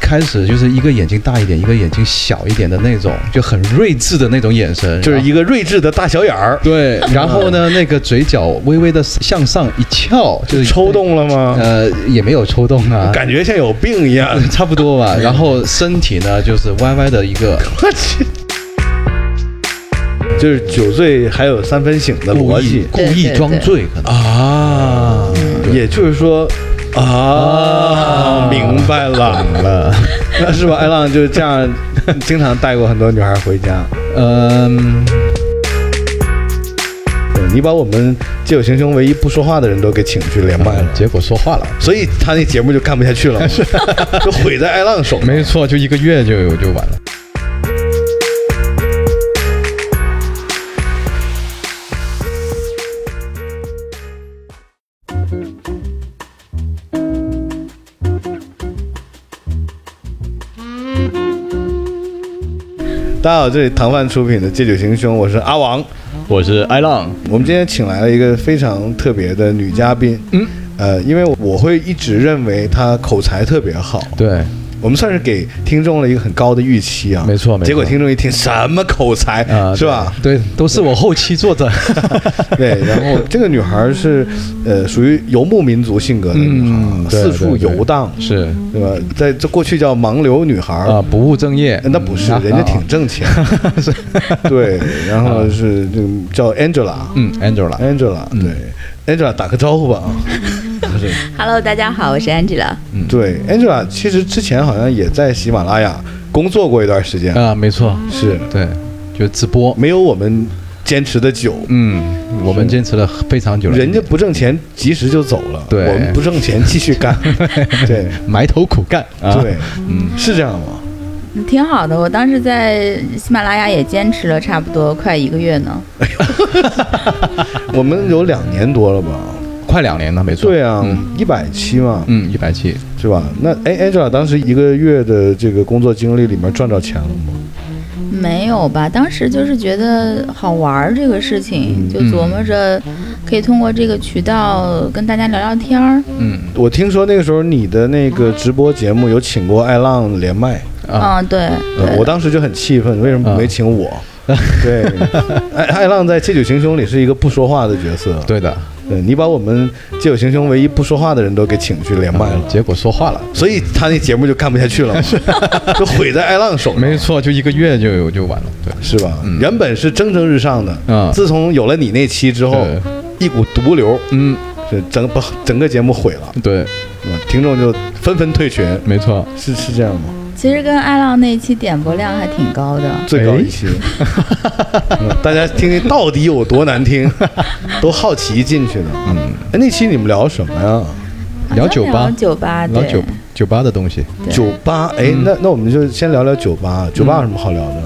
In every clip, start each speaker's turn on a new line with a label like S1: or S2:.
S1: 开始就是一个眼睛大一点，一个眼睛小一点的那种，就很睿智的那种眼神，
S2: 就是
S1: 然后
S2: 一个睿智的大小眼儿，
S1: 对，然后呢，那个嘴角微微的向上一翘，就是
S2: 抽，动了吗？
S1: 呃，也没有抽动啊，
S2: 感觉像有病一样。
S1: 差不多 吧。然后身体呢，就是歪歪的一个
S2: 我去，就是酒醉还有三分醒的
S1: 故
S2: 逻
S1: 意
S2: 辑
S1: 故意装醉，可能
S2: 啊，也就是说啊，明白了，明了，那是不是艾浪就这样，经常带过很多女孩回家？
S1: 嗯，
S2: 对嗯你把我们借酒行凶唯一不说话的人都给请去连麦了，
S1: 哎结果说话了。
S2: 所以他那节目就看不下去了嘛， 就毁在艾浪手上。
S1: 没错，就一个月就有就完了。
S2: 大家好，这里唐范出品的《借酒行凶》，我是阿王。
S3: 我是艾浪，
S2: 我们今天请来了一个非常特别的女嘉宾，嗯，呃，因为我会一直认为她口才特别好，
S1: 对，
S2: 我们算是给听众了一个很高的预期啊，
S1: 没错没错
S2: 结果听众一听什么口才，
S1: 啊，
S2: 是吧？
S1: 对？对，都是我后期做 的。
S2: 对，然后这个女孩是，呃，属于游牧民族性格的女孩，
S1: 嗯 对
S2: 四处
S1: 对对
S2: 游荡，
S1: 是
S2: 对吧？在这过去叫盲流女孩，
S1: 啊，不务正业。
S2: 呃那不是，
S1: 啊
S2: 人家挺挣钱， 对，然后是这个叫 Angela，
S1: 嗯，Angela，嗯
S2: Angela，对，Angela 打个招呼吧啊。
S4: Hello，大家好，我是 Angela。
S1: 嗯
S2: 对，Angela 其实之前好像也在喜马拉雅工作过一段时间，
S1: 啊，没错，
S2: 是
S1: 对，就直播。
S2: 没有我们坚持的久。
S1: 嗯，我们坚持了非常久了，
S2: 人家不挣钱，及时就走了。
S1: 嗯对
S2: 我们不挣钱，继续 干。对
S1: 埋头苦干啊。
S2: 对，嗯，是这样吗？
S4: 嗯挺好的，我当时在喜马拉雅也坚持了差不多快一个月呢。
S2: 我们有两年多了吧？
S1: 快两年了，没错。
S2: 对啊
S1: 嗯，
S2: 一百期嘛，
S1: 嗯，一百期，
S2: 是吧？那哎，Angela 当时一个月的这个工作经历里面赚着钱了吗？
S4: 没有吧？当时就是觉得好玩儿这个事情，
S1: 嗯
S4: 就琢磨着可以通过这个渠道跟大家聊聊天儿。
S1: 嗯
S2: 我听说那个时候你的那个直播节目有请过艾浪连麦，
S1: 啊，
S4: 嗯，对，
S2: 呃我当时就很气愤，为什么没请 我？对，艾艾浪在《借酒行凶》里是一个不说话的角色。
S1: 对的，啊
S2: 对，你把我们《借酒行凶》唯一不说话的人都给请去连麦
S1: 啊
S2: 了，
S1: 结果说话了。
S2: 所以他那节目就看不下去 了嘛， 就毁在艾浪手上，
S1: 没错，就一个月就有就完了。对，
S2: 是吧？原本是蒸蒸日上的，
S1: 嗯
S2: 自从有了你那期之后，一股毒瘤，
S1: 嗯，
S2: 是整把整个节目毁了，
S1: 对，
S2: 嗯听众就纷纷退群，
S1: 没错。
S2: 是是这样吗？
S4: 其实跟艾浪那期点播量还挺高的。
S2: 最高一期，
S1: 哎
S2: 嗯大家听听到底有多 难听，都好奇进去的。
S1: 嗯，
S2: 哎，那期你们聊什么呀？
S4: 好像
S1: 聊酒吧
S4: 聊酒吧，
S1: 然后
S4: 对
S1: 酒，酒吧的东西，
S4: 对
S2: 酒吧，哎，
S1: 嗯
S2: 那那我们就先聊聊酒吧。酒吧有什么好聊的？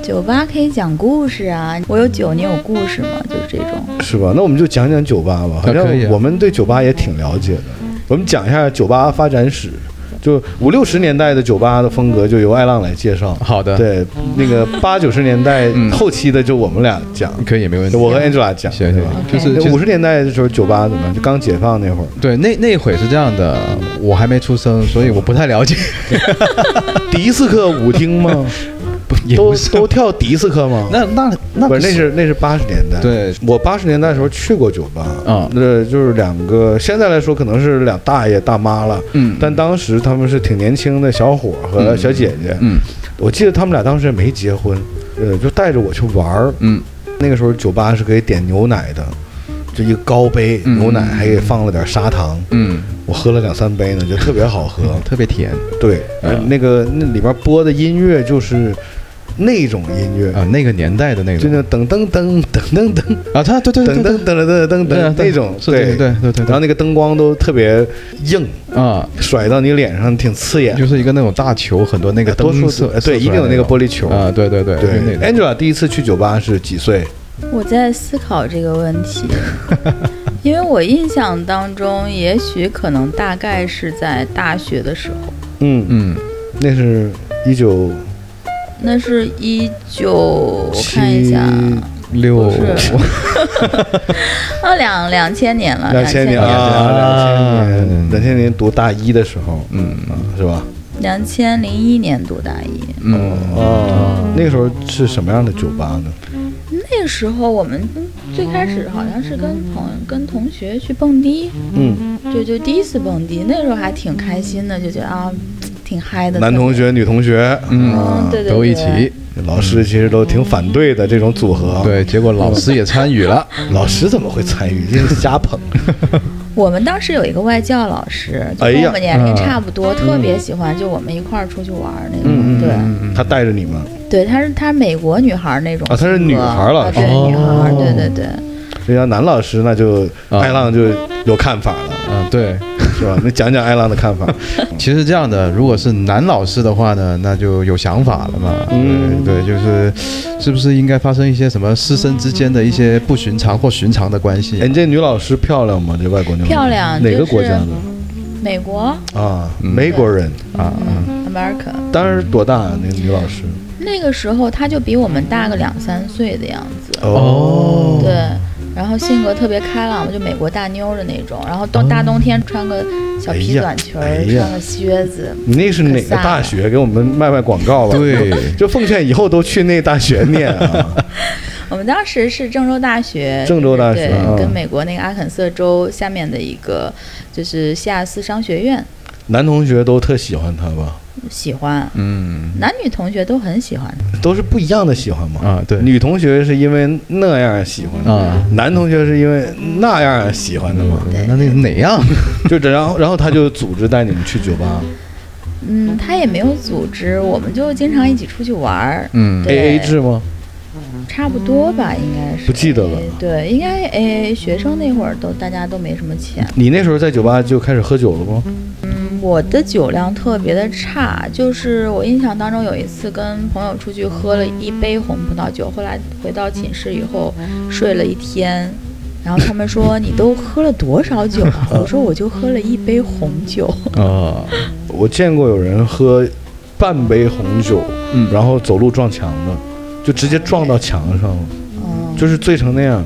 S4: 酒吧可以讲故事啊。我有酒，你有故事吗？就是这种。
S2: 是吧？那我们就讲讲酒吧吧。好像
S1: 可以啊
S2: 我们对酒吧也挺了解的。我们讲一下酒吧发展史，就五六十年代的酒吧的风格就由艾浪来介绍。
S1: 好的
S2: 对，那个八九十年代
S1: 嗯
S2: 后期的就我们俩讲，
S1: 可以没问题。
S2: 就我和 Angela 讲，
S1: 行
S2: 对吧？
S1: 行，就是
S2: 那
S1: 就是
S2: 五十年代的时候，酒吧怎么样？就刚解放那会儿，
S1: 对，那那会是这样的，我还没出生，所以我不太了解，
S2: 迪斯科舞厅 吗？
S1: 不也
S2: 都
S1: 不是
S2: 都跳迪斯科吗？
S1: 那那那
S2: 不是，
S1: 不
S2: 那是那是八十年代。
S1: 对
S2: 我八十年代的时候去过酒吧，
S1: 啊
S2: 那就是两个，现在来说可能是两大爷大妈了，
S1: 嗯
S2: 但当时他们是挺年轻的小伙儿和小姐姐，
S1: 嗯
S2: 我记得他们俩当时也没结婚，呃，就带着我去玩儿。
S1: 嗯
S2: 那个时候酒吧是可以点牛奶的，就一个高杯
S1: 嗯
S2: 牛奶，还给放了点砂糖，
S1: 嗯，
S2: 我喝了两三杯呢，就特别好喝。
S1: 特别甜
S2: 对，而那个那里边播的音乐就是那种音乐，
S1: 啊，那个年代的那
S2: 就
S1: 种
S2: 那噔噔噔噔噔噔。
S1: 啊，他对对
S2: 噔
S1: 对
S2: 噔
S1: 对
S2: 噔噔噔噔
S1: 对
S2: 噔
S1: 啊
S2: 那种，
S1: 是对对对对
S2: 然后那个灯光都特别硬，
S1: 啊，
S2: 甩到你脸上挺刺眼。
S1: 就是一个那种大球，很多那个
S2: 多
S1: 灯
S2: 数
S1: 射射
S2: 呃，对
S1: 出来
S2: 一定有那个
S1: 种
S2: 玻璃球
S1: 啊，对对对，就
S2: 对
S1: 那种
S2: ，Angela 第一次去酒吧是几岁？
S4: 我在思考这个问 题，因为我印象当中，也许可能大概是在大学的时候，
S2: 嗯，
S1: 嗯，
S2: 那是一九
S4: 那是一九，我看一下，
S2: 六
S4: 不是啊，两两千年了，
S2: 两
S4: 千
S2: 千年啊，两千年，两千年读大一的时候，嗯，是吧？
S4: 两千零一年读大一，
S1: 嗯，
S2: 哦，那个时候是什么样的酒吧呢？
S4: 那个时候我们最开始好像是跟朋友跟同学去蹦迪，
S2: 嗯，
S4: 就就第一次蹦迪，那时候还挺开心的，就觉得啊，挺嗨的。
S2: 男同
S4: 特
S2: 学、女同学，啊
S4: 别，嗯，对对，
S1: 都一
S4: 对
S1: 起，
S2: 老师其实都挺反对的这种组合。，
S1: 对，结果老师也参与 了，
S2: 老师怎么会参与？这是瞎捧。
S4: 我们当时有一个外教老师，就
S2: 哎
S4: 跟
S2: 呀嗯
S4: 我们年龄差不多，特别喜欢，就我们一块儿出去玩儿那种。对
S2: 嗯，他带着你们，
S4: 对，她是她是美国女孩儿那种
S2: 啊她是
S4: 风格
S2: 女孩儿老
S4: 啊
S2: 师
S4: 对女孩儿，
S1: 哦
S4: 对对对。
S2: 人家男老师那就
S1: 啊
S2: 艾浪就有看法了，
S1: 嗯，对。
S2: 是吧？那讲讲艾浪的看法。
S1: 其实这样的，如果是男老师的话呢，那就有想法了嘛。
S2: 嗯
S1: 对对，就是是不是应该发生一些什么师生之间的一些不寻常或寻常的关系？
S2: 哎，你这女老师漂亮吗？这外国女老师
S4: 漂亮
S2: 哪
S4: 就
S2: 个国家
S4: 是嗯
S2: 的？
S4: 美国，
S2: 啊，美国人。
S1: 啊，
S4: 嗯，America，
S2: 当时多大啊那个女老师？
S4: 那个时候她就比我们大个两三岁的样子。
S1: 哦
S4: 对，然后性格特别开朗，就美国大妞儿的那种。然后冬大冬天穿个小
S2: 嗯哎
S4: 皮
S2: 呀
S4: 短裙儿，
S2: 哎呀
S4: 穿个靴子，
S2: 你那是哪个大学？给我们卖卖广告吧。
S1: 对，
S2: 就奉劝以后都去那大学念 啊。
S4: 我们当时是郑州大学，
S2: 郑州大学
S4: 对，
S2: 啊
S4: 跟美国那个阿肯色州下面的一个就是西雅斯商学院，
S2: 男同学都特喜欢她吧？
S4: 喜欢
S1: 嗯
S4: 男女同学都很喜欢。
S2: 都是不一样的喜欢嘛。
S1: 啊，对，
S2: 女同学是因为那样喜欢的，
S1: 啊嗯
S2: 男同学是因为那样喜欢的嘛。
S1: 那那个哪样？
S2: 就这，然后然后他就组织带你们去酒吧
S4: 嗯，他也没有组织，我们就经常一起出去玩儿，
S1: 嗯
S4: 对
S2: ，A A 制吗？
S4: 差不多吧，应该是
S2: 不记得了
S4: 对，应该诶，学生那会儿都大家都没什么钱。
S2: 你那时候在酒吧就开始喝酒了吗？
S4: 我的酒量特别的差，就是我印象当中有一次跟朋友出去喝了一杯红葡萄酒，后来回到寝室以后睡了一天，然后他们说你都喝了多少酒啊？我说我就喝了一杯红酒，
S1: 啊，
S2: 我见过有人喝半杯红酒，
S1: 嗯
S2: 然后走路撞墙的，就直接撞到墙上了，
S4: 嗯，
S2: 就是醉成那样。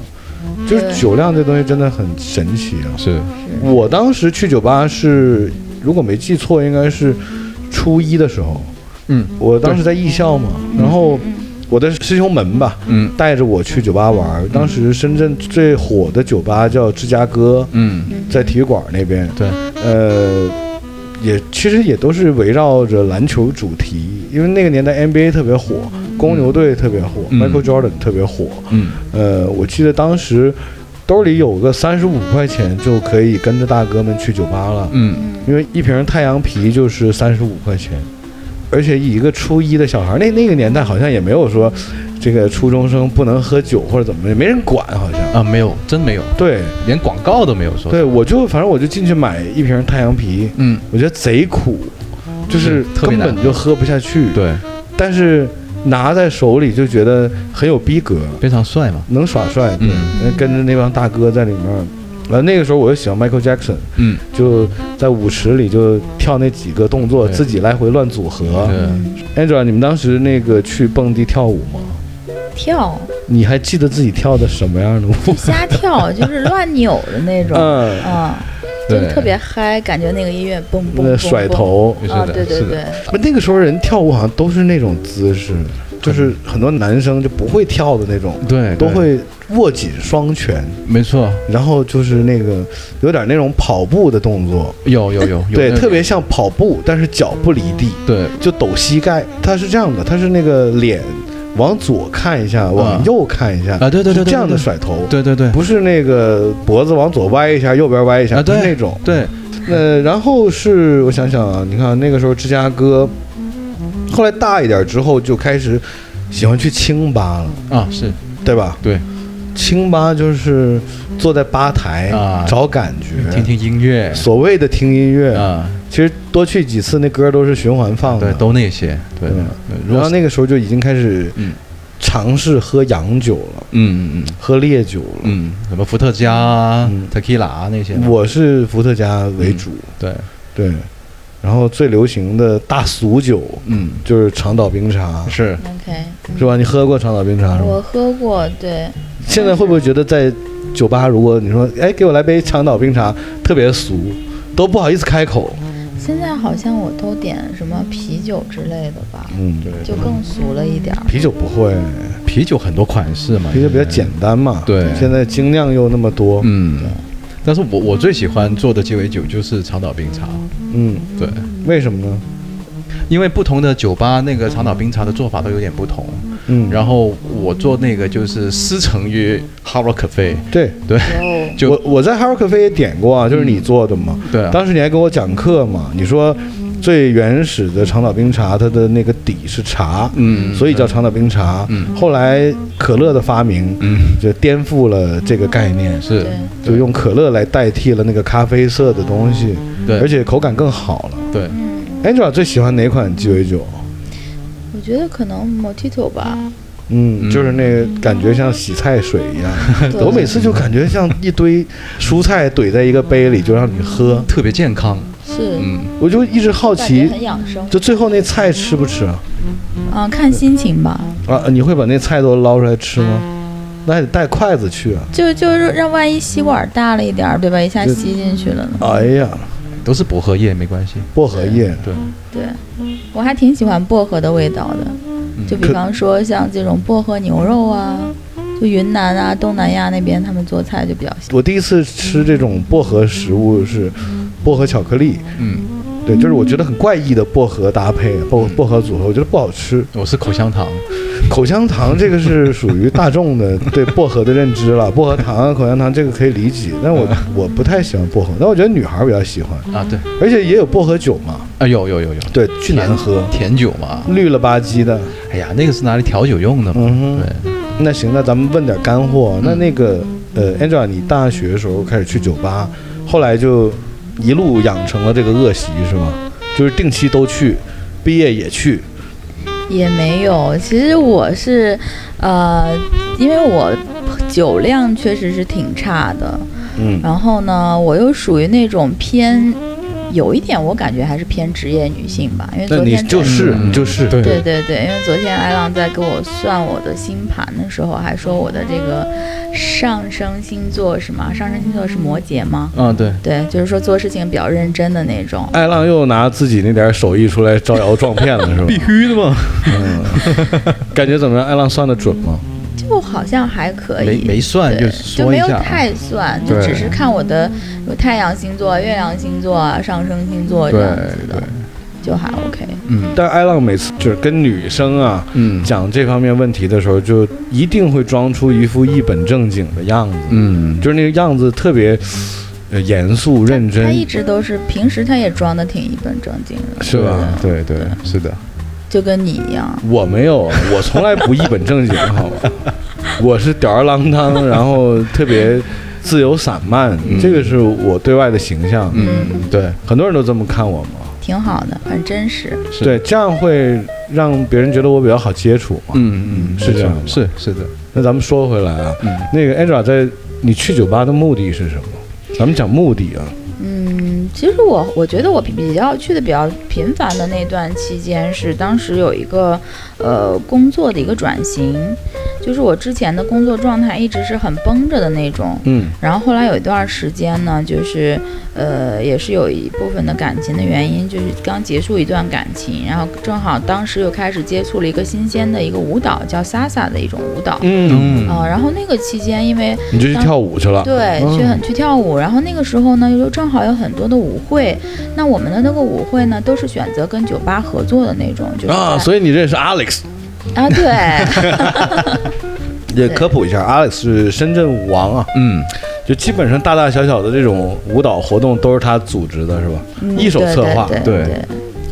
S2: 就是
S4: 对
S2: 酒量这东西真的很神奇啊！
S1: 是
S2: 我当时去酒吧是，如果没记错，应该是初一的时候。
S1: 嗯，
S2: 我当时在艺校嘛，然后我的师兄们吧，
S1: 嗯
S2: 带着我去酒吧玩儿。当时深圳最火的酒吧叫芝加哥，
S1: 嗯，
S2: 在体育馆那边。
S1: 对，
S2: 呃，也其实也都是围绕着篮球主题，因为那个年代 NBA 特别火，公牛队特别火、
S1: 嗯
S2: m i c h a e l Jordan 特别火。
S1: 嗯
S2: 呃，我记得当时兜里有个三十五块钱就可以跟着大哥们去酒吧了，
S1: 嗯
S2: 因为一瓶太阳啤就是三十五块钱。而且以一个初一的小孩，那那个年代好像也没有说，这个初中生不能喝酒或者怎么的，没人管好像。
S1: 啊，没有，真没有，
S2: 对
S1: 连广告都没有说。
S2: 对，我就反正我就进去买一瓶太阳啤，
S1: 嗯，
S2: 我觉得贼苦，就是
S1: 特别
S2: 根本
S1: 难
S2: 就喝不下去。，
S1: 对，
S2: 但是拿在手里就觉得很有逼格，
S1: 非常帅嘛。
S2: 能耍帅。对，
S1: 嗯
S2: 那跟着那帮大哥在里面。完那个时候我又喜欢 Michael Jackson，
S1: 嗯，
S2: 就在舞池里就跳那几个动作，
S1: 对
S2: 自己来回乱组合。
S1: 对，
S2: Angela，你们当时那个去蹦迪跳舞吗？
S4: 跳
S2: 你还记得自己跳的什么样的舞？
S4: 瞎跳，就是乱扭的那种，
S2: 嗯，
S4: 嗯，就是特别嗨，感觉那个音乐蹦蹦
S2: 那
S4: 蹦
S2: 呃甩，头。
S1: 是
S4: 啊，
S1: 的，
S4: 对对
S1: 是的
S4: 对，
S2: 不，那个时候人跳舞好像都是那种姿势，就是很多男生就不会跳的那种，
S1: 对，
S2: 都会握紧双拳，
S1: 没错，
S2: 然后就是那个有点那种跑步的动作，
S1: 有有有有，
S2: 对，特别像跑步，但是脚不离地，
S1: 对，
S2: 就抖膝盖。它是这样的，它是那个脸往左看一下，往右看一下，
S1: 啊对对对对
S2: 是这样的
S1: 对
S2: 甩头，
S1: 对对对，
S2: 不是那个脖子往左歪一下，右边歪一下，
S1: 啊
S2: 不是
S1: 对
S2: 那种。
S1: 对，
S2: 呃，然后是我想想啊，你看那个时候芝加哥，后来大一点之后就开始喜欢去清吧了，
S1: 啊是，
S2: 对吧？
S1: 对，
S2: 清吧就是坐在吧台、
S1: 啊
S2: 找感觉，
S1: 听听音乐
S2: 所谓的听音乐。
S1: 啊，
S2: 其实多去几次，那歌都是循环放的。
S1: 对，都那些，对，
S2: 对
S1: 对如
S2: 然
S1: 果
S2: 后
S1: 是
S2: 那个时候就已经开始
S1: 嗯
S2: 尝试喝洋酒了，
S1: 嗯嗯
S2: 喝烈酒了。
S1: 嗯嗯，什么伏特加啊
S2: 嗯、
S1: tequila 啊那些，
S2: 我是伏特加为主，
S1: 对，
S2: 对。然后最流行的大俗酒
S1: 嗯，
S2: 就是长岛冰茶，
S1: 是
S4: OK，
S2: 是吧？你喝过长岛冰茶是
S4: 我
S2: 吗？
S4: 喝过，对，
S2: 现在会不会觉得在酒吧，如果你说哎给我来杯长岛冰茶，特别俗，都不好意思开口。
S4: 现在好像我都点什么啤酒之类的吧，
S2: 嗯，
S1: 对
S4: 就更俗了一点儿。
S2: 啤酒不会，
S1: 啤酒很多款式嘛，
S2: 啤酒比较
S1: 现在
S2: 简单嘛。
S1: 对
S2: 现在精酿又那么多。
S1: 嗯，但是我我最喜欢做的鸡尾酒就是长岛冰茶，
S2: 嗯，
S1: 对，
S2: 为什么呢？
S1: 因为不同的酒吧那个长岛冰茶的做法都有点不同。
S2: 嗯，
S1: 然后我做那个就是师承于 h a r r o
S2: 对，
S1: 对
S4: 哦，
S1: 就嗯
S2: 我我在哈尔科菲也点过啊，就是你做的嘛。
S1: 对啊，
S2: 当时你还跟我讲课嘛，你说最原始的长岛冰茶，它的那个底是茶，
S1: 嗯
S2: 所以叫长岛冰茶。
S1: 嗯
S2: 后来可乐的发明
S1: 嗯
S2: 就颠覆了这个概念，
S1: 是
S4: 对
S2: 就用可乐来代替了那个咖啡色的东西，
S1: 对
S2: 而且口感更好了。
S1: 对
S2: Angela 最喜欢哪款鸡尾酒？
S4: 嗯
S2: 啊
S4: 我觉得可能 Mojito 吧，
S2: 嗯，
S1: 嗯
S2: 就是那个感觉像洗菜水一样，
S4: 对
S2: 我每次就感觉像一堆蔬菜怼在一个杯里就让你喝，
S1: 特别健康，
S4: 是
S1: 嗯
S2: 我就一直好
S4: 感觉
S2: 奇，
S4: 很养生。
S2: 就最后那菜吃不吃啊？
S4: 嗯，看心情吧，
S2: 啊，你会把那菜都捞出来吃吗？那还得带筷子去啊！
S4: 就就是让万一吸管大了一点儿，对吧？一下
S2: 就
S4: 吸进去了呢。
S2: 哎呀，
S1: 都是薄荷叶没关系，
S2: 薄荷叶，
S1: 对，
S4: 对，我还挺喜欢薄荷的味道的，就比
S2: 可
S4: 方说像这种薄荷牛肉啊，就云南啊、东南亚那边他们做菜就比较喜
S2: 我第一次吃这种薄荷食物是薄荷巧克力，
S1: 嗯，
S2: 对，就是我觉得很怪异的薄荷搭配，薄薄荷组合，我觉得不好吃。
S1: 我是口香糖，
S2: 口香糖这个是属于大众的对薄荷的认知了，薄荷糖啊、口香糖这个可以理解，但我我不太喜欢薄荷，但我觉得女孩儿比较喜欢，
S1: 啊，对，
S2: 而且也有薄荷酒嘛，
S1: 啊有有有有，
S2: 对，巨难喝，
S1: 甜酒嘛，
S2: 绿了吧唧的。
S1: 哎呀，那个是拿来调酒用的嘛，
S2: 嗯哼
S1: 对，
S2: 那行，那咱们问点干货。那那个呃，Angela，你大学的时候开始去酒吧，后来就一路养成了这个恶习是吗？就是定期都去，毕业也去。
S4: 欢，也没有。其实我是，呃，因为我呃酒量确实是挺差的，
S2: 嗯
S4: 然后呢，我又属于那种偏，有一点我感觉还是偏职业女性吧，因为
S2: 那
S4: 昨
S2: 你
S4: 天
S2: 就
S4: 在
S2: 是
S1: 嗯
S2: 你就是
S1: 对
S4: 对对对，因为昨天艾浪在给我算我的星盘的时候，还说我的这个上升星座是吗？上升星座是摩羯吗？
S1: 啊对，
S4: 对，就是说做事情比较认真的那种。
S2: 艾浪又拿自己那点手艺出来招摇撞骗了，是吧？
S1: 须的嘛，
S2: 感觉怎么样？艾浪算的准吗？
S4: 就好像还可以，
S1: 没没算
S4: 对
S1: 就
S4: 就
S1: 说
S4: 没
S1: 一
S4: 有
S1: 下啊，
S4: 太算，就
S1: 对
S4: 只是看我的有太阳星座、月亮星座、上升星座
S1: 对
S4: 这样子
S1: 对
S4: 的，，就还 OK。
S1: 嗯
S2: 但艾浪每次就是跟女生啊
S1: 嗯
S2: 讲这方面问题的时候，就一定会装出一副一本正经的样子。
S1: 嗯，
S2: 就是那个样子特别呃严肃认真
S4: 他，一直都是，平时他也装的挺一本正经的，
S2: 是吧？
S1: 对对是的，
S4: 就跟你一样。
S2: 我没有，我从来不一本 正经，好吧？我是吊儿郎当，然后特别自由散漫，
S1: 嗯
S2: 这个是我对外的形象。
S1: 嗯对
S2: 很多人都这么看我嘛，
S4: 挺好的，很真实。
S1: 是
S2: 对，这样会让别人觉得我比较好接触嘛。
S1: 嗯嗯
S2: 是这样吗
S1: 是是的，
S2: 那咱们说回来啊，
S1: 嗯。
S2: 那个 Angela 在你去酒吧的目的是什么？咱们讲目的啊，
S4: 嗯，其实我我觉得我比比较去的比较频繁的那段期间是当时有一个呃工作的一个转型，就是我之前的工作状态一直是很绷着的那种。
S2: 嗯
S4: 然后后来有一段时间呢，就是，呃，也是有一部分的感情的原因，就是刚结束一段感情，然后正好当时又开始接触了一个新鲜的一个舞蹈，叫 Sasa 的一种舞蹈，
S2: 嗯，啊
S1: 嗯
S4: 啊、然后那个期间因为
S2: 你就去跳舞去了，
S4: 对，去很去跳舞。然后那个时候呢，又正好有很多的舞会，那我们的那个舞会呢，都是选择跟酒吧合作的那种，就是在
S2: 啊，所以你认识 Alex。
S4: 啊， 对，
S2: 也科普一下，Alex 是深圳舞王啊，
S1: 嗯，
S2: 就基本上大大小小的这种舞蹈活动都是他组织的，是吧？
S4: 嗯
S2: 一手策划
S4: 对
S1: 对
S4: 对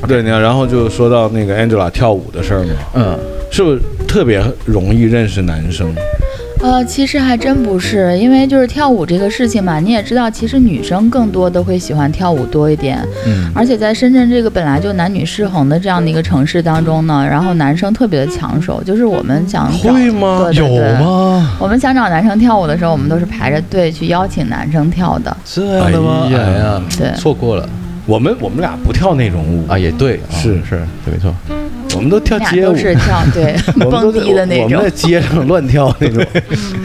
S2: 对，你看，然后就说到那个 Angela 跳舞的事儿嘛，
S1: 嗯，
S2: 是不是特别容易认识男生？
S4: 呃，其实还真不是，因为就是跳舞这个事情嘛，你也知道，其实女生更多都会喜欢跳舞多一点，
S1: 嗯，
S4: 而且在深圳这个本来就男女失衡的这样的一个城市当中呢，然后男生特别的抢手，就是我们想找
S2: 会吗
S4: 对对对
S1: 吗？
S4: 我们想找男生跳舞的时候，我们都是排着队去邀请男生跳的。
S1: 这样的吗？
S2: 哎呀
S1: 哎呀，
S4: 对
S1: 错过了。
S2: 我们我们俩不跳那种舞
S4: 嗯
S1: 啊，，也对，啊
S2: 是
S1: 是，对没错。
S2: 我们都跳
S4: 你俩
S2: 街舞
S4: 都，是跳对
S2: 我们
S4: 蹦
S2: 都在
S4: 迪的那
S2: 我们
S4: 种
S2: 在，街上乱跳那 种，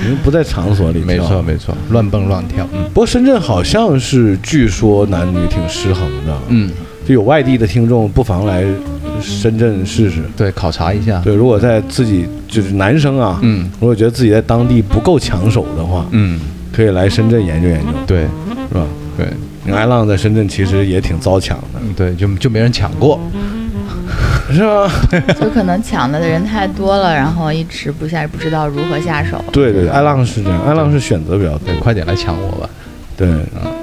S2: 我们不在场所里跳。
S1: 没错，没错，乱蹦乱跳，嗯
S2: 不过深圳好像是据说男女挺失衡的，
S1: 嗯，
S2: 就有外地的听众不妨来深圳试试。
S1: 对，考察一下，，
S2: 对，如果在自己就是男生啊，
S1: 嗯
S2: 如果觉得自己在当地不够抢手的话，
S1: 嗯，
S2: 可以来深圳研究研究，
S1: 对
S2: 是吧？
S1: 对
S2: 艾浪在深圳其实也挺遭抢的，
S1: 嗯对，就就没人抢过，
S2: 是吧？
S4: 就可能抢的人太多了，然后一直不下，不知道如何下手。
S2: 对对，艾浪是这样，艾浪是选择比较多
S1: 对，。快点来抢我吧。
S2: 对，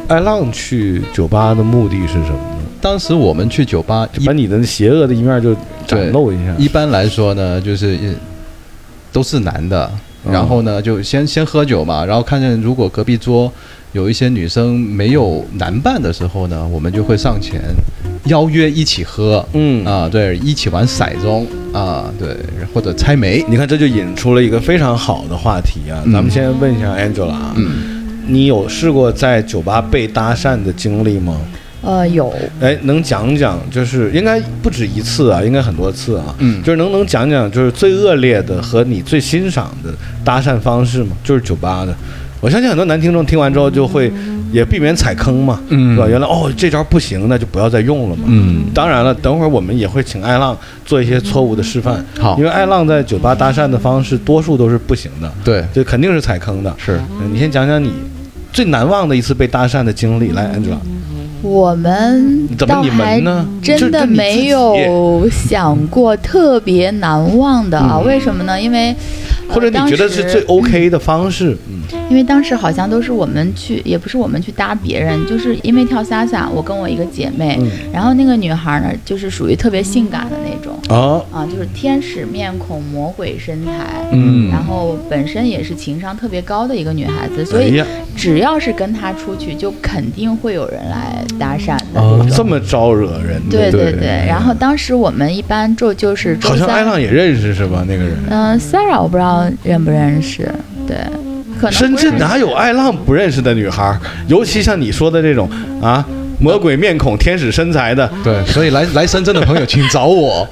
S2: 艾浪去酒吧的目的是什么呢？
S1: 当时我们去酒吧，
S2: 把你的邪恶的一面就展
S1: 对
S2: 露一下。
S1: 一一般来说呢，就是一都是男的，
S2: 嗯
S1: 然后呢就先先喝酒嘛，然后看见如果隔壁桌有一些女生没有男伴的时候呢，我们就会上前邀约一起喝。
S2: 嗯
S1: 啊，对，一起玩骰盅啊，对，或者猜枚，
S2: 你看，这就引出了一个非常好的话题啊！
S1: 嗯
S2: 咱们先问一下 Angela，啊，
S1: 嗯，
S2: 你有试过在酒吧被搭讪的经历吗？
S4: 呃，有
S2: 哎，能讲讲，就是应该不止一次啊，应该很多次啊，
S1: 嗯
S2: 就是能能讲讲，就是最恶劣的和你最欣赏的搭讪方式吗？就是酒吧的。我相信很多男听众听完之后就会也避免踩坑嘛，
S1: 嗯
S2: 是吧？原来哦这招不行，那就不要再用了嘛。
S1: 嗯
S2: 当然了，等会儿我们也会请艾浪做一些错误的示范。
S1: 好
S2: 因为艾浪在酒吧搭讪的方式多数都是不行的，
S1: 对，
S2: 这肯定是踩坑的。
S1: 是，
S2: 嗯你先讲讲你最难忘的一次被搭讪的经历，来，Angela。
S4: 我们
S2: 怎么
S4: 倒
S2: 你
S4: 还
S2: 们呢？
S4: 真的没有想过特别难忘的啊？
S2: 嗯
S4: 为什么呢？因为
S2: 就是你自己，或者
S4: 呃
S2: 你觉得是最
S4: 当时
S2: OK 的方式？嗯
S4: 因为当时好像都是我们去，也不是我们去搭别人，就是因为跳萨萨，我跟我一个姐妹，
S2: 嗯
S4: 然后那个女孩呢，就是属于特别性感的那种
S2: 啊，
S4: 啊，就是天使面孔、魔鬼身材，
S1: 嗯
S4: 然后本身也是情商特别高的一个女孩子，所
S2: 哎
S4: 以
S2: 呀，
S4: 只要是跟她出去，就肯定会有人来搭讪的。
S1: 哦
S2: 嗯这么招惹人的，
S4: 对
S1: 对
S4: 对，然后当时我们一般就就是周
S2: 好像艾
S4: 三，
S2: 浪也认识是吧？那个人，
S4: 嗯、s a r a 我不知道认不认识，对，可能
S2: 深
S4: 不
S2: 圳
S4: 认
S2: 哪
S4: 识
S2: 有艾浪不认识的女孩儿？尤其像你说的这种啊，魔鬼面孔、天使身材 的，
S1: 对，所以来 来深圳的朋友，请找我。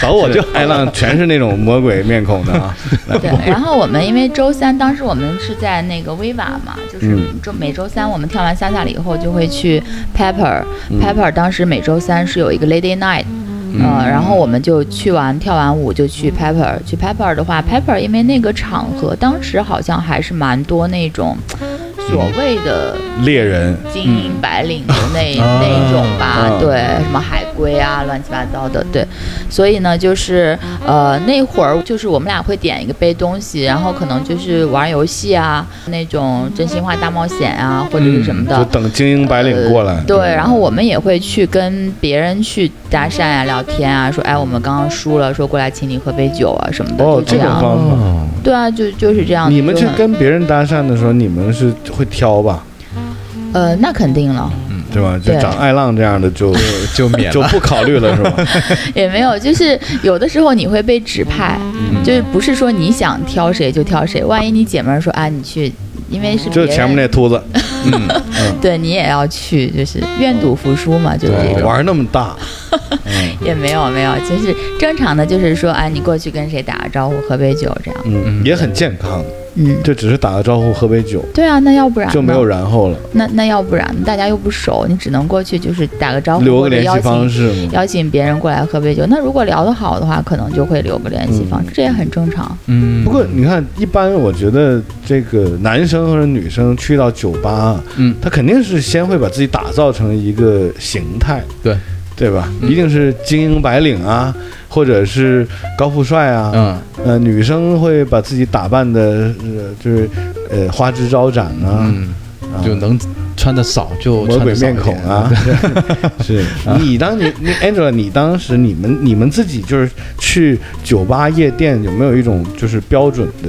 S2: 找我就艾浪全是那种魔鬼面孔的啊。
S4: 对，然后我们因为周三，当时我们是在那个 Viva 嘛，就是
S2: 嗯
S4: 周每周三我们跳完萨萨了以后，就会去 Pepper、Pepper。当
S2: 嗯
S4: 时每周三是有一个 Lady Night，、呃，
S2: 嗯
S4: 然后我们就去完跳完舞就去 Pepper。去 Pepper 的话，Pepper 因为那个场合，当时好像还是蛮多那种所谓的
S2: 猎人，
S4: 精英白领的那、
S2: 嗯
S4: 那种吧，
S2: 啊
S4: 对，什么海归啊，乱七八糟的，对。所以呢，就是呃那会儿就是我们俩会点一个杯东西，然后可能就是玩游戏啊，那种真心话大冒险啊，或者是什么的。
S2: 嗯就等精英白领过来
S4: 呃。对，然后我们也会去跟别人去搭讪啊、聊天啊，说哎，我们刚刚输了，说过来请你喝杯酒啊什么的，
S2: 哦，
S4: 就
S2: 这
S4: 这
S2: 种
S4: 样。
S2: 方法。
S1: 哦，
S4: 对啊，就就是这样。
S2: 你们
S4: 就
S2: 去
S4: 很
S2: 跟别人搭讪的时候，你们是会挑吧，
S4: 呃，那肯定了。
S2: 对吧？就
S4: 对
S2: 长艾浪这样的 就
S1: 就免
S2: 就
S1: 了。
S2: 不考虑了，是吧？
S4: 也没有，就是有的时候你会被指派，
S2: 嗯
S4: 就是不是说你想挑谁就挑谁，万一你姐妹儿说啊你去，因为是别
S2: 就
S4: 人
S2: 前面那秃子，
S4: 对你也要去，就是愿赌服输嘛，就是这
S2: 对，
S4: 种。
S2: 玩那么大，嗯
S4: 也没有没有，就是正常的，就是说啊你过去跟谁打个招呼，喝杯酒这样。
S2: 嗯，
S1: 嗯
S2: 也很健康，
S4: 嗯，
S2: 就只是打个招呼，喝杯酒，
S4: 对啊，那要不然呢
S2: 就没有然后了，
S4: 那那要不然大家又不熟，你只能过去就是打个招呼，
S2: 留
S4: 或
S2: 个
S4: 者
S2: 联
S4: 邀
S2: 系
S4: 请
S2: 方式嘛。
S4: 邀请别人过来喝杯酒。那如果聊得好的话，可能就会留个联系方式，这也很正常。
S1: 嗯
S2: 不过你看，一般我觉得这个男生或者女生去到酒吧，
S1: 嗯
S2: 他肯定是先会把自己打造成一个形态，
S1: 对，
S2: 对吧？
S1: 嗯
S2: 一定是精英白领啊，或者是高富帅啊，
S1: 嗯
S2: 呃，女生会把自己打扮的，呃，就是呃花枝招展啊，
S1: 嗯，
S2: 啊
S1: 就能穿的少就
S2: 魔
S1: 穿
S2: 鬼
S1: 得少一
S2: 面
S1: 点
S2: 孔啊，，是 你当你你 Angela，你当时你们你们自己就是去酒吧夜店有没有一种就是标准的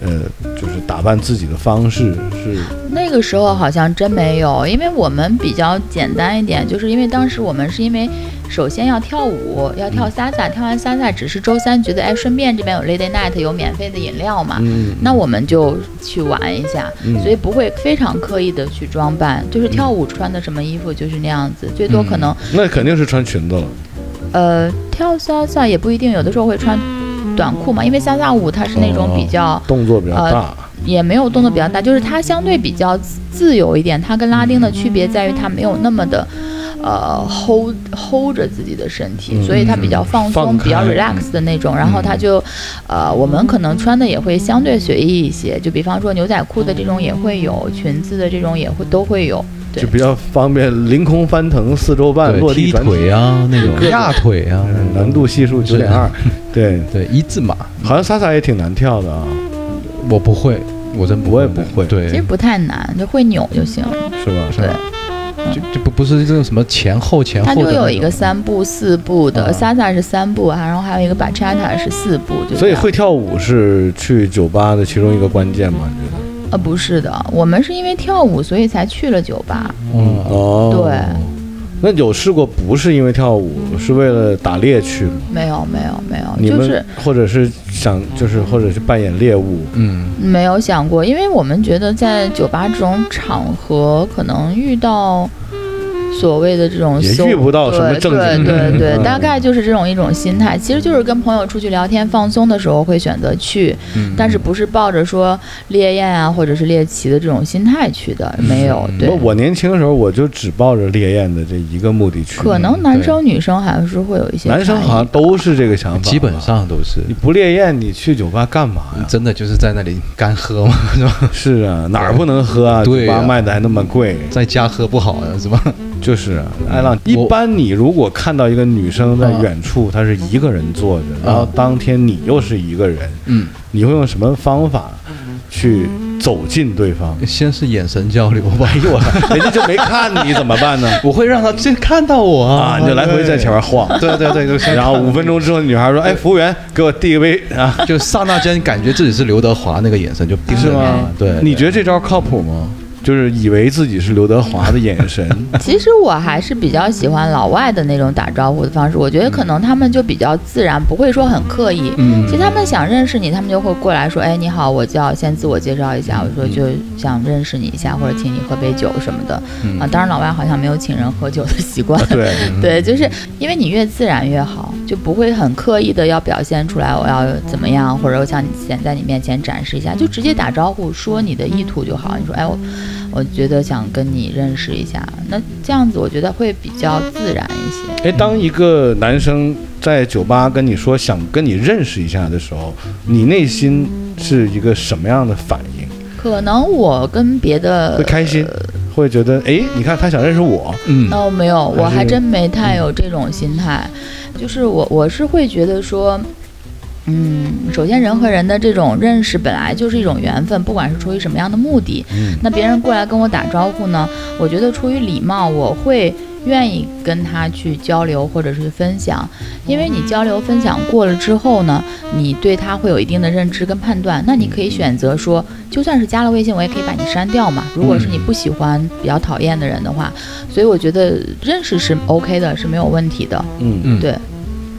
S2: 呃，就是打扮自己的方式是
S4: 那个时候好像真没有，因为我们比较简单一点，就是因为当时我们是因为首先要跳舞，要跳 salsa，跳完 salsa 只是周三觉得哎，顺便这边有 lady night 有免费的饮料嘛，
S2: 嗯
S4: 那我们就去玩一下，
S2: 嗯
S4: 所以不会非常刻意的去装扮，就是跳舞穿的什么衣服就是那样子，最多可能
S2: 那肯定是穿裙子了。嗯
S4: 呃跳 salsa 也不一定，有的时候会穿短裤嘛，因为 salsa 舞它是那
S2: 哦
S4: 种比较。
S2: 动作比较
S4: 呃
S2: 大，
S4: 也没有动作比较大，就是它相对比较自自由一点。它跟拉丁的区别在于它没有那么的，呃，hold hold 着自己的身体，
S2: 嗯
S4: 所以它比较放松、
S2: 放开嗯
S4: 比较 relax 的那种。然后它就，呃，我们可能穿的也会相对随意一些，就比方说牛仔裤的这种也会有，裙子的这种也会都会有。对
S2: 就比较方便凌空翻腾、四周半落
S1: 对，
S2: 地
S1: 踢
S2: 转体，
S1: 腿啊那种
S2: 各种
S1: 压腿啊
S2: 嗯，难度系数九 点二。对，
S1: 对一字马，
S2: 好像莎莎也挺难跳的啊，
S1: 我不会，我真不会，
S2: 我也不会
S4: 其实
S1: 对，
S4: 不太难，就会扭就行。
S2: 是吧？
S1: 是吧就就不不是这种什么前后前
S4: 它
S1: 后
S4: 就
S1: 的
S4: 有
S1: 那
S4: 一个
S1: 种
S4: 三步、四步的
S2: 啊
S4: ，salsa 是三步，啊然后还有一个 bachata 是四步，就
S2: 所
S4: 这
S2: 以
S4: 样
S2: 会跳舞是去酒吧的其中一个关键嘛？你觉得？
S4: 呃，不是的，我们是因为跳舞，所以才去了酒吧。
S1: 嗯
S2: 哦，
S4: 对，
S2: 那有试过不是因为跳舞，是为了打猎去吗？
S4: 没有，没有，没有，
S2: 你
S4: 哦就
S2: 们、
S4: 是
S2: 或者是想就是或者是扮演猎物，
S1: 嗯
S4: 没有想过，因为我们觉得在酒吧这种场合，可能遇到所谓的这种
S2: 也
S4: 搜
S2: 遇不到什么
S4: 对
S2: 正经
S4: 对
S1: 人
S4: 对
S2: 嗯
S4: 对，大概就是这种一种心态。其实就是跟朋友出去聊天放松的时候会选择去，
S1: 嗯，
S4: 但是不是抱着说猎艳啊或者是猎奇的这种心态去的，没有
S1: 嗯。
S4: 对
S2: 我，我年轻的时候我就只抱着猎艳的这一个目的去，
S4: 可能男生女生还是会有一些
S2: 嗯男生
S4: 差异
S2: 好像都是这个想法吧，
S1: 基本上都是
S2: 你不猎艳，你去酒吧干嘛 呀？
S1: 真的就是在那里干喝嘛，是吧？
S2: 是啊，哪儿不能喝啊？
S1: 对
S2: 酒
S1: 呀
S2: 吧卖的还那么贵，
S1: 在家喝不好的是吧？
S2: 就是啊艾浪。一般你如果看到一个女生在远处，她是一个人坐着，然后当天你又是一个人，
S1: 嗯，
S2: 你会用什么方法去走近对方？
S1: 先是眼神交流吧
S2: 哎。呦我操， 人家就没看你怎么办呢？
S1: 我会让他先看到我
S2: 啊，你就来回在前面晃，
S1: 对对对，就先
S2: 然后五分钟之后，女孩说：“哎，服务员，给我递一 杯啊。
S1: 就刹那间感觉自己是刘德华，那个眼神就盯
S2: 是
S1: 着你
S2: 吗
S1: 了。对，
S2: 你觉得这招靠谱吗？就是以为自己是刘德华的眼 神，
S4: 其实我还是比较喜欢老外的那种打招呼的方式，我觉得可能他们就比较自然，不会说很刻意。
S1: 嗯
S4: 其实他们想认识你，他们就会过来说：“哎，你好，我叫先自我介绍一下，我说就想认识你一下，或者请你喝杯酒什么的。”啊，当然老外好像没有请人喝酒的习惯。
S2: 对，
S4: 对，就是因为你越自然越好，就不会很刻意的要表现出来我要怎么样，或者我想你先在你面前展示一下，就直接打招呼说你的意图就好。你说，哎，我我觉得想跟你认识一下，那这样子我觉得会比较自然一些。
S2: 哎，当一个男生在酒吧跟你说想跟你认识一下的时候，你内心是一个什么样的反应？
S4: 可能我跟别
S2: 会
S1: 呃
S4: 的
S2: 开心，会觉得哎，你看他想认识我，
S1: 嗯
S4: 哦，没有，我
S2: 还是
S4: 还真没太有这种心态，就是我我是会觉得说，嗯，首先人和人的这种认识本来就是一种缘分，不管是出于什么样的目的，
S2: 嗯，
S4: 那别人过来跟我打招呼呢，我觉得出于礼貌，我会愿意跟他去交流或者是分享，因为你交流分享过了之后呢，你对他会有一定的认知跟判断，那你可以选择说，就算是加了微信，我也可以把你删掉嘛。如果是你不喜欢、比较讨厌的人的话，所以我觉得认识是 OK 的，是没有问题的。
S2: 嗯
S1: 嗯，
S4: 对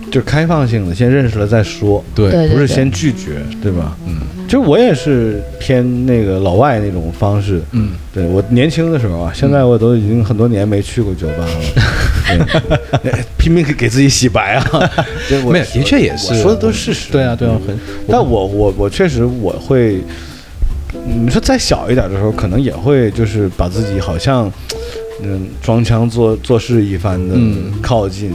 S2: 就是开放性的，先认识了再说，
S1: 对
S4: 对对
S2: 不是
S4: 对，
S2: 先拒绝，对吧？
S1: 嗯，
S2: 其实我也是偏那个老外那种方式，
S1: 嗯，
S2: 对我年轻的时候啊，现在我都已经很多年没去过酒吧 了，对哎拼命给给自己洗白啊。 对我
S1: 没有的确也是
S2: 我说的都是事实。
S1: 对啊对啊，很
S2: 但我我我确实我会，你说再小一点的时候，可能也会就是把自己好像，嗯，装腔作作势一番的
S1: 嗯
S2: 靠近。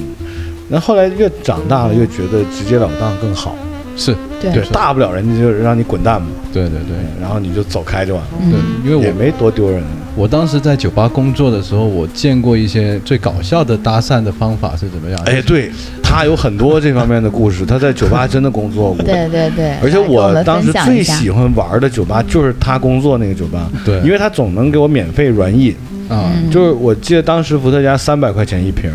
S2: 那后来越长大了，越觉得直截了当更好。
S1: 是
S4: 对
S1: 对是
S2: 大不了人家就让你滚蛋嘛，
S1: 对对对
S2: 然后你就走开就完了，
S1: 对
S4: 嗯，，
S1: 因为
S2: 也
S1: 我
S2: 没多丢人。啊
S1: 我当时在酒吧工作的时候，我见过一些最搞笑的搭讪的方法是怎么样？
S2: 哎，，对他有很多这方面的故事，他在酒吧真的工作过。
S4: 对对对。
S2: 而且
S4: 来跟我
S2: 我
S4: 们
S2: 当时
S4: 分享
S2: 最
S4: 一下
S2: 喜欢玩的酒吧就是他工作那个酒吧，
S1: 对
S2: 因为他总能给我免费软饮，
S1: 啊，
S4: 嗯
S2: 就是我记得当时伏特加三百块钱一瓶，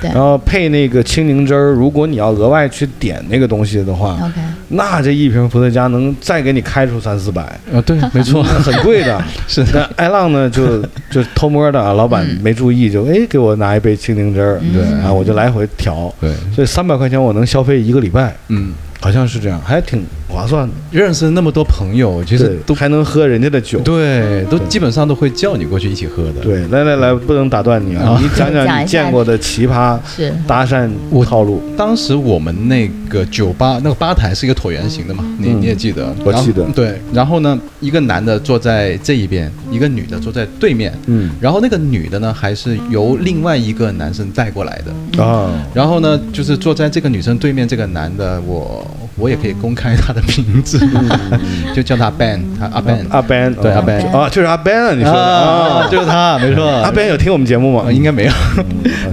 S4: 对
S2: 然后配那个青柠汁儿，如果你要额外去点那个东西的话，
S4: OK，
S2: 那这一瓶伏特加能再给你开出三四百，
S1: 啊， 对，没 错，
S2: 很贵的。
S1: 是
S2: 那艾浪呢，就就偷摸的啊，老板
S4: 嗯
S2: 没注意，就哎给我拿一杯青柠汁儿，
S4: 嗯
S1: 对
S2: 啊，我就来回调，
S1: 对，
S2: 所以三百块钱我能消费一个礼拜，
S1: 嗯，
S2: 好像是这样，还挺划算的。
S1: 认识那么多朋友，其
S2: 对
S1: 实，都
S2: 还能喝人家的酒。
S1: 对，都
S2: 对
S1: 基本上都会叫你过去一起喝的。，
S2: 对，来来来，不能打断你啊
S1: 啊！
S2: 你讲
S4: 嗯讲
S2: 讲
S4: 一
S2: 你
S4: 下
S2: 见过的奇葩
S4: 是
S2: 搭讪
S1: 我
S2: 套路。
S1: 当时我们那个酒吧那个吧台是一个椭圆形的嘛，你、
S2: 嗯
S1: 你也记得？
S2: 我
S1: 然后
S2: 记得
S1: 对，然后呢，一个男的坐在这一边，一个女的坐在对面，
S2: 嗯
S1: 然后那个女的呢，还是由另外一个男生带过来的。
S2: 啊，
S1: 然后呢，就是坐在这个女生对面这个男的，我我也可以公开他的名字， 就叫他 Ben，他阿 Ben，
S2: 阿 Ben，
S1: 对
S2: 嗯啊
S1: 阿 Ben
S2: 啊，就是阿 Ben 啊，你说的
S1: 啊，
S2: 啊？
S1: 就是他，没错。
S2: 阿 Ben 有听我们节目吗
S1: 啊？应该没有，
S2: 嗯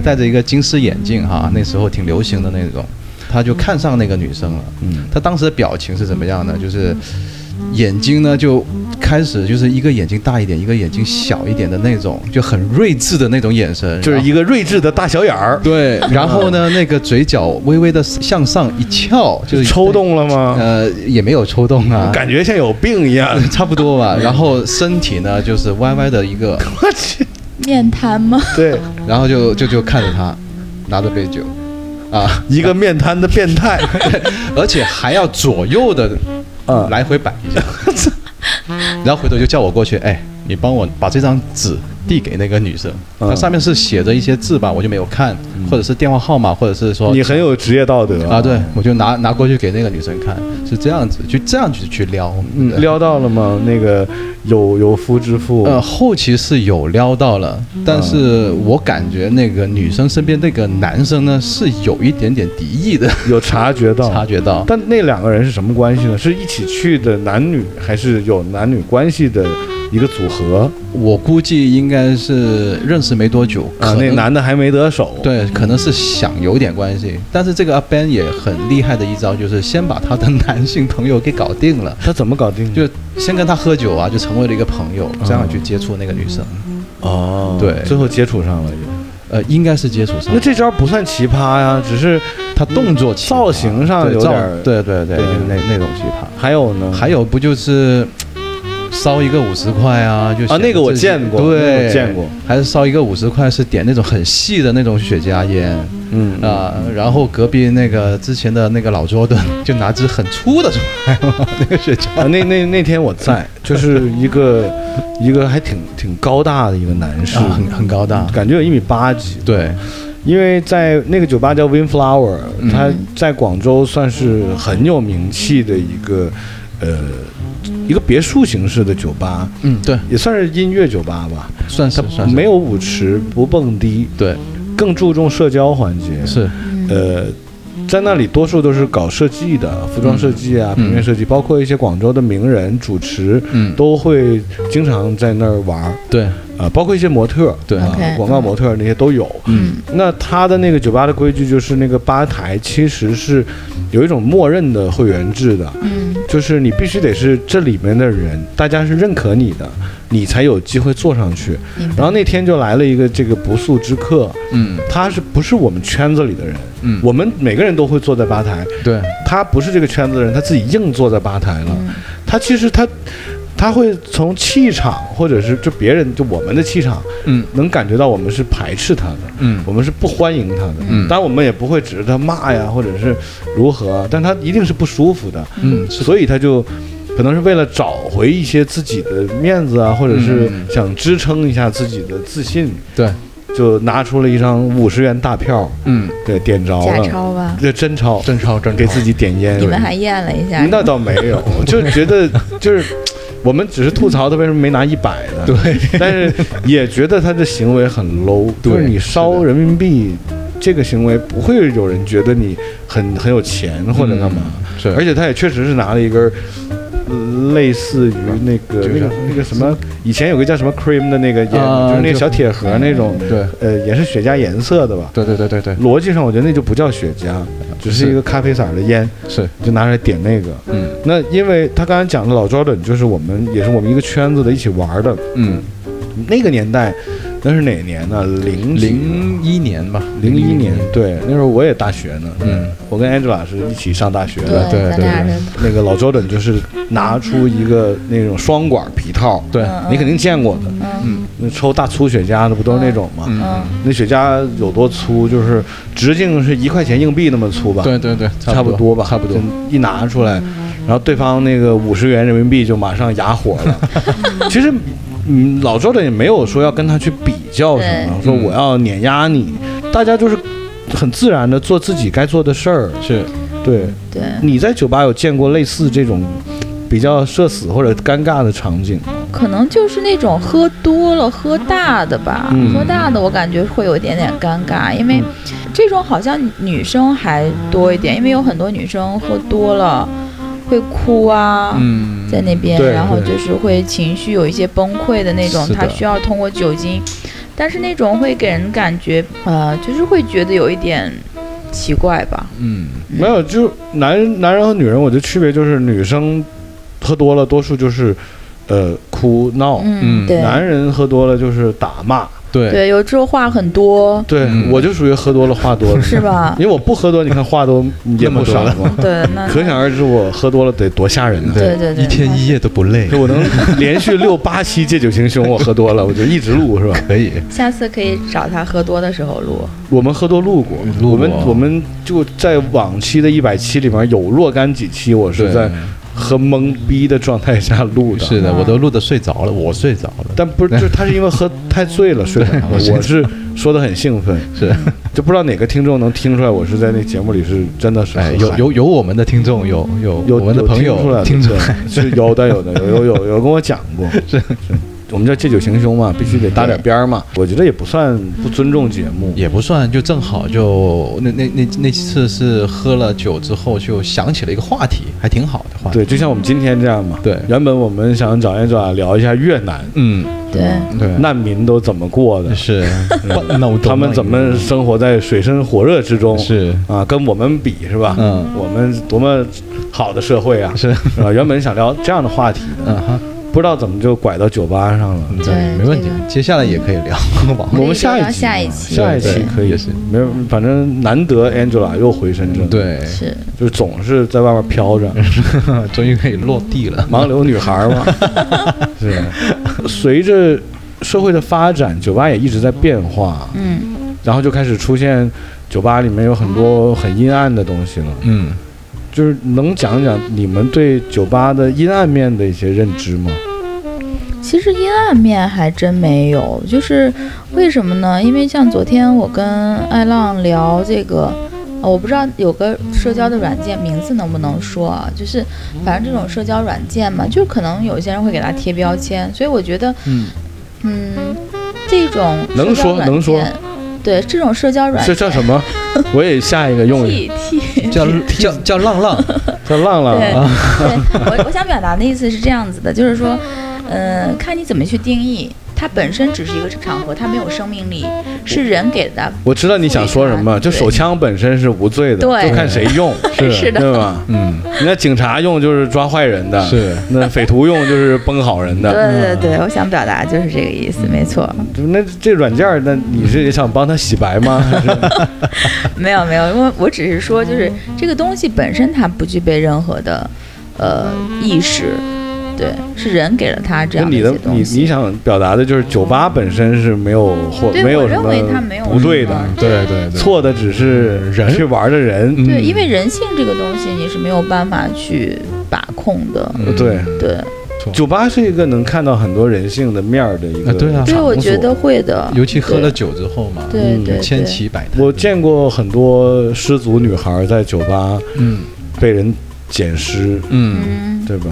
S1: 戴着一个金丝眼镜哈，那时候挺流行的那种，他就看上那个女生了。
S2: 嗯
S1: 他当时的表情是怎么样呢？就是眼睛呢就开始就是一个眼睛大一点，一个眼睛小一点的那种，就很睿智的那种眼神，
S2: 就是一
S1: 个。
S2: 个睿智的大小眼儿，
S1: 对， 然后呢，那个嘴角微微的向上一翘，就是
S2: 抽，动了吗？
S1: 呃，也没有抽动啊，
S2: 感觉像有病一样。
S1: 差不多吧。然后身体呢，就是歪歪的一个，
S2: 我去，
S4: 面瘫吗？
S2: 对，
S1: 然后就就就看着他，拿着杯酒，啊，
S2: 一个面瘫的变态
S1: 而且还要左右的
S2: 啊，
S1: 来回摆一下， 然后回头就叫我过去，哎，你帮我把这张纸递给那个女生，
S2: 嗯
S1: 它上面是写着一些字吧，我就没有看，或者是电话号码，或者是说
S2: 你很有职业道德
S1: 啊，对，我就拿拿过去给那个女生看，是这样子，就这样去去撩，
S2: 嗯，
S1: 对。
S2: 撩到了吗？那个有有夫之妇，
S1: 呃，后期是有撩到了，但是我感觉那个女生身边那个男生呢，是有一点点敌意的，
S2: 有察觉到，
S1: 察觉到。
S2: 但那两个人是什么关系呢？是一起去的男女，还是有男女关系的一个组合？
S1: 我估计应该是认识没多久，
S2: 啊，
S1: 可
S2: 那
S1: 能
S2: 男的还没得手。，
S1: 对，可能是想有点关系，但是这个阿 Ben 也很厉害的一招，就是先把他的男性朋友给搞定了，
S2: 他怎么搞定的？
S1: 就先跟他喝酒啊，就成为了一个朋友，
S2: 啊
S1: 这样去接触那个女生。
S2: 哦
S1: 对
S2: 最后接触上了也。
S1: 呃，应该是接触上
S2: 那，这招不算奇葩呀，只是
S1: 他动作奇葩
S2: 造型上
S1: 对
S2: 有
S1: 造
S2: 点儿
S1: 对对对，
S2: 对
S1: 就是那那种奇葩。
S2: 还有呢，
S1: 还有不就是烧一个五十块啊？就
S2: 啊，那个我
S1: 显得自己
S2: 见过，那个
S1: 对，
S2: 我见过，，
S1: 还是烧一个五十块，是点那种很细的那种雪茄烟。
S2: 嗯
S1: 啊、
S2: 啊，
S1: 然后隔壁那个之前的那个老桌墩就拿支很粗的出来嘛，那个雪茄，
S2: 啊那那那天我 在，就是一个一个还挺挺高大的一个男士，
S1: 啊很很高大
S2: 感觉有一米八几，
S1: 对，
S2: 因为在那个酒吧叫 Winflower，
S1: 嗯
S2: 它在广州算是很有名气的一个，呃，一个别墅形式的酒吧，
S1: 嗯，对，
S2: 也算是音乐酒吧吧。
S1: 算是算是
S2: 没有舞池，不蹦迪，
S1: 对，
S2: 更注重社交环节。，
S1: 是
S2: 呃，在那里多数都是搞设计的，服装设计啊，
S1: 嗯
S2: 平面设计，包括一些广州的名人、主持，
S1: 嗯
S2: 都会经常在那儿玩儿。
S1: 对
S2: 啊，包括一些模特，
S1: 对
S2: 啊
S4: OK，
S2: 广告模特那些都有。
S1: 嗯，
S2: 那他的那个酒吧的规矩就是，那个吧台其实是有一种默认的会员制的，
S4: 嗯
S2: 就是你必须得是这里面的人，大家是认可你的，你才有机会坐上去。
S4: 明白
S2: 然后那天就来了一个这个不速之客，
S1: 嗯
S2: 他是不是我们圈子里的人？
S1: 嗯，
S2: 我们每个人都会坐在吧台，
S1: 对
S2: 他不是这个圈子的人，他自己硬坐在吧台了。
S4: 嗯
S2: 他其实他他会从气场，或者是就别人就我们的气场，
S1: 嗯
S2: 能感觉到我们是排斥他的，
S1: 嗯
S2: 我们是不欢迎他的。
S1: 嗯
S2: 当然我们也不会指着他骂呀，或者是如何，但他一定是不舒服的，
S1: 嗯是
S2: 所以他就。可能是为了找回一些自己的面子啊，或者是
S1: 嗯
S2: 想支撑一下自己的自信，
S1: 对，
S2: 就拿出了一张五十元大票，
S1: 嗯，
S2: 对，点着
S4: 假
S2: 了，
S4: 钞吧，
S2: 这真钞，
S1: 真超真
S2: 给自
S1: 己
S2: 己点烟。
S4: 你们还验了一下，
S2: 那倒没 有，就觉得就是我们只是吐槽他为什么没拿一百的，
S1: 对，
S2: 但是也觉得他的行为很 low，
S1: 对
S2: 就是你
S1: 是
S2: 烧
S1: 的
S2: 人民币这个行为不会有人觉得你很很有钱或者干嘛，
S1: 嗯是，
S2: 而且他也确实是拿了一根儿。呃类似于那个
S1: 就
S2: 那
S1: 是
S2: 个那个什么，以前有个叫什么 cream 的那个烟，
S1: 啊
S2: 就是那个
S1: 就
S2: 小铁盒那种，
S1: 对
S2: 呃，也是雪茄颜色的吧。
S1: 对对对对对
S2: 逻辑上，我觉得那就不叫雪茄，只是
S1: 是
S2: 一个咖啡色儿的烟，
S1: 是，
S2: 就拿出来点那个。
S1: 嗯
S2: 那因为他刚才讲的老 Jordan，就是我们也是我们一个圈子的一起玩儿的
S1: 嗯
S2: 那个年代，那是哪年呢？零几
S1: 零一年吧，
S2: 嗯零一年，对，那时候我也大学呢，
S1: 嗯，
S2: 我跟 Angela 是一起上大学的，
S1: 对
S4: 咱俩
S1: 对
S4: 人
S2: 那个老 Jordan 就是拿出一个那种双管皮套，
S1: 对
S4: 嗯
S2: 你肯定见过的，
S1: 嗯
S2: 那抽大粗雪茄的不都是那种吗？
S1: 嗯，
S2: 那雪茄有多粗？就是直径是一块钱硬币那么粗吧？
S1: 对对对，
S2: 差不
S1: 不
S2: 多吧，
S1: 差不多
S2: 就。一拿出来，然后对方那个五十元人民币就马上哑火 了。其实，嗯，老周的也没有说要跟他去比较什么，
S1: 对
S2: 说我要碾压你，大家就是很自然的做自己该做的事儿。
S1: 是，
S2: 对，
S4: 对，
S2: 你在酒吧有见过类似这种比较社死或者尴尬的场景？
S4: 可能就是那种喝多了、喝大的吧，
S2: 嗯
S4: 喝大的我感觉会有一点点尴尬，因为这种好像女生还多一点，因为有很多女生喝多了会哭啊。
S1: 嗯，
S4: 在那边，
S2: 对
S4: 然后
S2: 对
S4: 就是会情绪有一些崩溃的那种
S1: 是，的
S4: 她需要通过酒精，但是那种会给人感觉，呃，就是会觉得有一点奇怪吧。
S1: 嗯，
S2: 没有，就男人、男人和女人，我觉得区别就是女生喝多了，多数就是呃哭闹；
S1: 嗯
S4: 对
S2: 男人喝多了就是打骂。
S1: 对，
S4: 对，有时候话很多，
S2: 对、
S1: 嗯
S2: 我就属于喝多了话多了，
S4: 是吧
S2: 因？为我不喝多，你看 话都也不少
S1: 那么
S2: 嘛，
S4: 对，那
S2: 可想而知我喝多了得多吓人呢。
S4: 对对对
S1: 一天一夜都不累
S2: 所，以我能连续六八期戒酒行凶，我 喝多了我就一直录是吧？
S1: 可以，
S4: 下次可以找他喝多的时候录。
S2: 我们喝多录过，
S1: 录过
S2: 我们我们就在往期的一百期里面有若干几期我是
S1: 对
S2: 在喝懵逼的状态下录的，
S4: 嗯
S1: 是的，我都录的睡着了，我睡着了，
S2: 但不是，就是他是因为喝太醉了睡着了。
S1: 对
S2: 我是说的很兴奋，
S1: 是，
S4: 嗯
S2: 就不知道哪个听众能听出来，我是在那节目里是真的是
S1: 哎，
S2: 很
S1: 有
S2: 嗨
S1: 有有我们的听众，有有
S2: 有
S1: 我们的
S2: 有
S1: 朋
S2: 听出来
S1: 友
S2: 的
S1: 听出
S2: 对
S1: 来，
S2: 是有的有的有有有有跟我讲过，是我们叫借酒行凶嘛，必须得搭点边儿嘛。我觉得也不算不尊重节目，
S1: 也不算，就正好就那那那那次是喝了酒之后就想起了一个话题，还挺好的话题，
S2: 对，就像我们今天这样嘛。
S1: 对
S2: 原本我们想找 a n g 聊一下越南
S1: 嗯，
S4: 对，
S1: 对，
S2: 难民都怎么过的，
S1: 是，嗯那我懂
S2: 他们
S1: 了
S2: 怎么生活在水深火热之中，
S1: 是
S2: 啊，跟我们比是吧？
S1: 嗯
S2: 我们多么好的社会啊！
S1: 是，
S2: 是吧？原本想聊这样的话题的，
S1: 嗯哈，
S2: 不知道怎么就拐到酒吧上了。
S1: 嗯
S4: 对
S1: 没问题
S4: 这个，
S1: 接下来也可以聊， 往后
S4: 可以
S2: 我们下
S4: 聊
S2: 一
S4: 到
S2: 期
S4: 下一
S2: 嘛
S4: 期
S2: 下一
S1: 对
S2: 期可以
S1: 也是
S2: 没有，反正难得 Angela 又回深圳，，
S1: 对，
S4: 是
S2: 就是总是在外面飘着，
S1: 终于可以落地了，
S2: 盲流女孩嘛，是。随着社会的发展，酒吧也一直在变化，
S4: 嗯，
S2: 然后就开始出现酒吧里面有很多很阴暗的东西了。
S1: 嗯。
S2: 就是能讲讲你们对酒吧的阴暗面的一些认知吗？
S4: 其实阴暗面还真没有，就是为什么呢？因为像昨天我跟艾浪聊这个。呃我不知道有个社交的软件名字能不能说啊？就是反正这种社交软件嘛，就可能有些人会给它贴标签，所以我觉得
S1: 嗯，
S4: 嗯，这种社
S2: 能
S4: 交
S2: 说
S4: 软
S2: 能说
S4: 件，对这种社交软
S2: 这
S4: 件
S2: 叫什么？我也下一个用一
S4: T T
S1: 叫叫叫浪浪，
S2: 个叫浪浪
S4: 对
S2: 啊，
S4: 对，我我想表达的意思是这样子的，就是说，嗯，看你怎么去定义，它本身只是一个场合，它没有生命力，是人给的。
S2: 我知道你想说什么，
S4: 对
S2: 就手枪本身是无罪的，
S4: 对
S2: 就看谁用，
S1: 是
S4: 是的
S2: 对吧？
S1: 嗯，
S2: 人家警察用就是抓坏人的，
S1: 是
S2: 那匪徒用就是崩好人
S4: 对
S2: 的。嗯
S4: 对对，我想表达就是这个意思，没错。
S2: 就那这软件儿，那你是也想帮他洗白 吗？还是
S4: 没有没有，因为我只是说，就是这个东西本身它不具备任何的，呃，意识，对，是人给了它这
S2: 就
S4: 样
S2: 你
S4: 一些
S2: 的你
S4: 东西。
S2: 你想表达的就是酒吧本身是没有或
S4: 对
S2: 没有
S4: 我
S2: 什
S4: 认
S2: 么
S4: 为它没有
S2: 不 对的，
S4: 什
S1: 对对对，
S2: 错的只是
S1: 人
S2: 去玩的人。
S4: 对，
S1: 嗯
S4: 因为人性这个东西你是没有办法去把控的，
S1: 嗯
S2: 对
S4: 对。
S2: 酒吧是一个能看到很多人性的面儿的一个
S1: 啊对啊
S2: 场
S4: 对，
S2: 所
S4: 我觉得会的，
S1: 尤其喝了酒之后嘛，
S4: 对
S2: 嗯
S4: 对对
S1: 千奇百态，
S2: 我见过很多失足女孩在酒吧
S1: 嗯
S2: 被人捡尸，
S1: 嗯，
S4: 嗯，
S2: 对吧？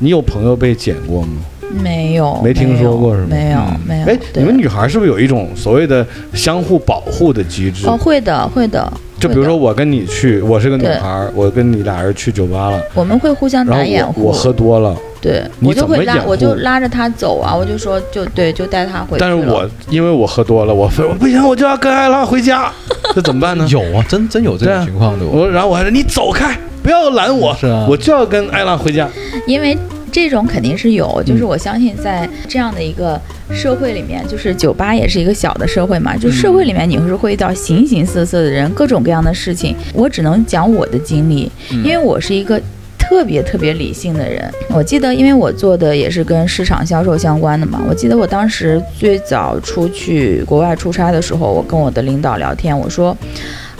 S2: 你有朋友被捡过吗？
S4: 没有，
S2: 没听说过
S4: 没
S2: 是
S4: 有
S2: 吗
S4: 没有
S1: 嗯，
S4: 没有。
S2: 哎，
S4: 对
S2: 你们女孩是不是有一种所谓的相互保护的机制？
S4: 哦，会的，会的。
S2: 就比
S4: 会
S2: 如
S4: 的
S2: 说，我跟你去，我是个女
S4: 对
S2: 孩，我跟你俩人去酒吧了，
S4: 我们会互相
S2: 然
S4: 打掩
S2: 后我
S4: 护
S2: 我，喝多了，
S4: 对，
S2: 你
S4: 我就
S2: 怎么
S4: 会拉
S2: 掩，
S4: 我就
S2: 护
S4: 拉着他走啊，我就说就对，就带他回去
S2: 但
S4: 了。
S2: 是我因为我喝多了，我非我不行，我就要跟艾拉回 家，这怎么办呢？
S4: 嗯
S1: 有啊，真真有这
S2: 对啊
S1: 种情况的，我
S2: 我然后我还说你走开，不要拦我，
S1: 是啊
S2: 我就要跟艾拉回家。
S4: 因为这种肯定是有，
S2: 嗯
S4: 就是我相信在这样的一个社会里面，就是酒吧也是一个小的社会嘛，就社会里面你是会遇到形形色色的人，各种各样的事情。我只能讲我的经历，因为我是一个。特别特别理性的人，我记得，因为我做的也是跟市场销售相关的嘛。我记得我当时最早出去国外出差的时候，我跟我的领导聊天，我说，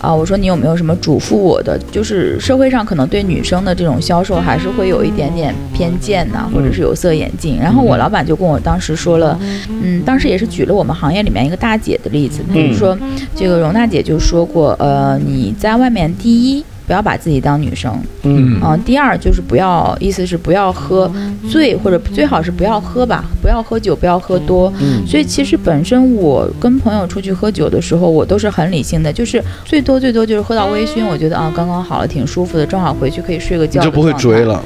S4: 啊，我说你有没有什么嘱咐我的？就是社会上可能对女生的这种销售还是会有一点点偏见呐、或者是有色眼镜。然后我老板就跟我当时说了，嗯，当时也是举了我们行业里面一个大姐的例子，她就说，这个容大姐就说过，呃，你在外面第一不要把自己当女生，
S1: 嗯
S4: 嗯，哦第二就是不要，意思是不要喝醉，或者最好是不要喝吧，不要喝酒，不要喝多。
S2: 嗯
S4: 所以其实本身我跟朋友出去喝酒的时候，我都是很理性的，就是最多最多就是喝到微醺，我觉得啊刚刚好了，挺舒服的，正好回去可以睡个
S2: 你
S4: 觉，
S2: 就不会追。了。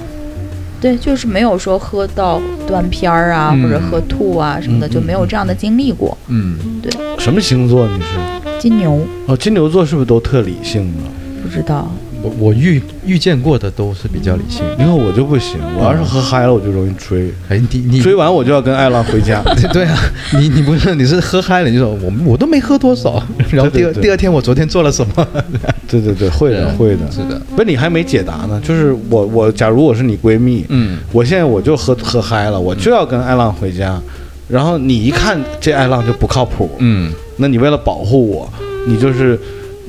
S4: 对，就是没有说喝到断片儿啊，
S1: 嗯
S4: 或者喝吐啊什么的，
S2: 嗯
S4: 就没有这样的经历过。
S1: 嗯，
S2: 什么星座你是？
S4: 金牛
S2: 哦，金牛座是不是都特理性啊？
S4: 不知道，
S1: 我我遇遇见过的都是比较理性的。
S2: 你看我就不行，我要是喝嗨了我就容易追，
S1: 哎，你你
S2: 追完我就要跟艾拉 回家。
S1: 对啊，你你不是你是喝嗨了，你就说我我都没喝多少，然后第二
S2: 对对对
S1: 第二天我昨天做了什么？
S2: 对对对，会的
S1: 对啊
S2: 会的。
S1: 是的，
S2: 不是你还没解答呢，就是我我假如我是你闺蜜，
S1: 嗯，
S2: 我现在我就喝喝嗨了，我就要跟艾浪回家，然后你一看这艾浪就不靠谱，
S1: 嗯
S2: 那你为了保护我，你就是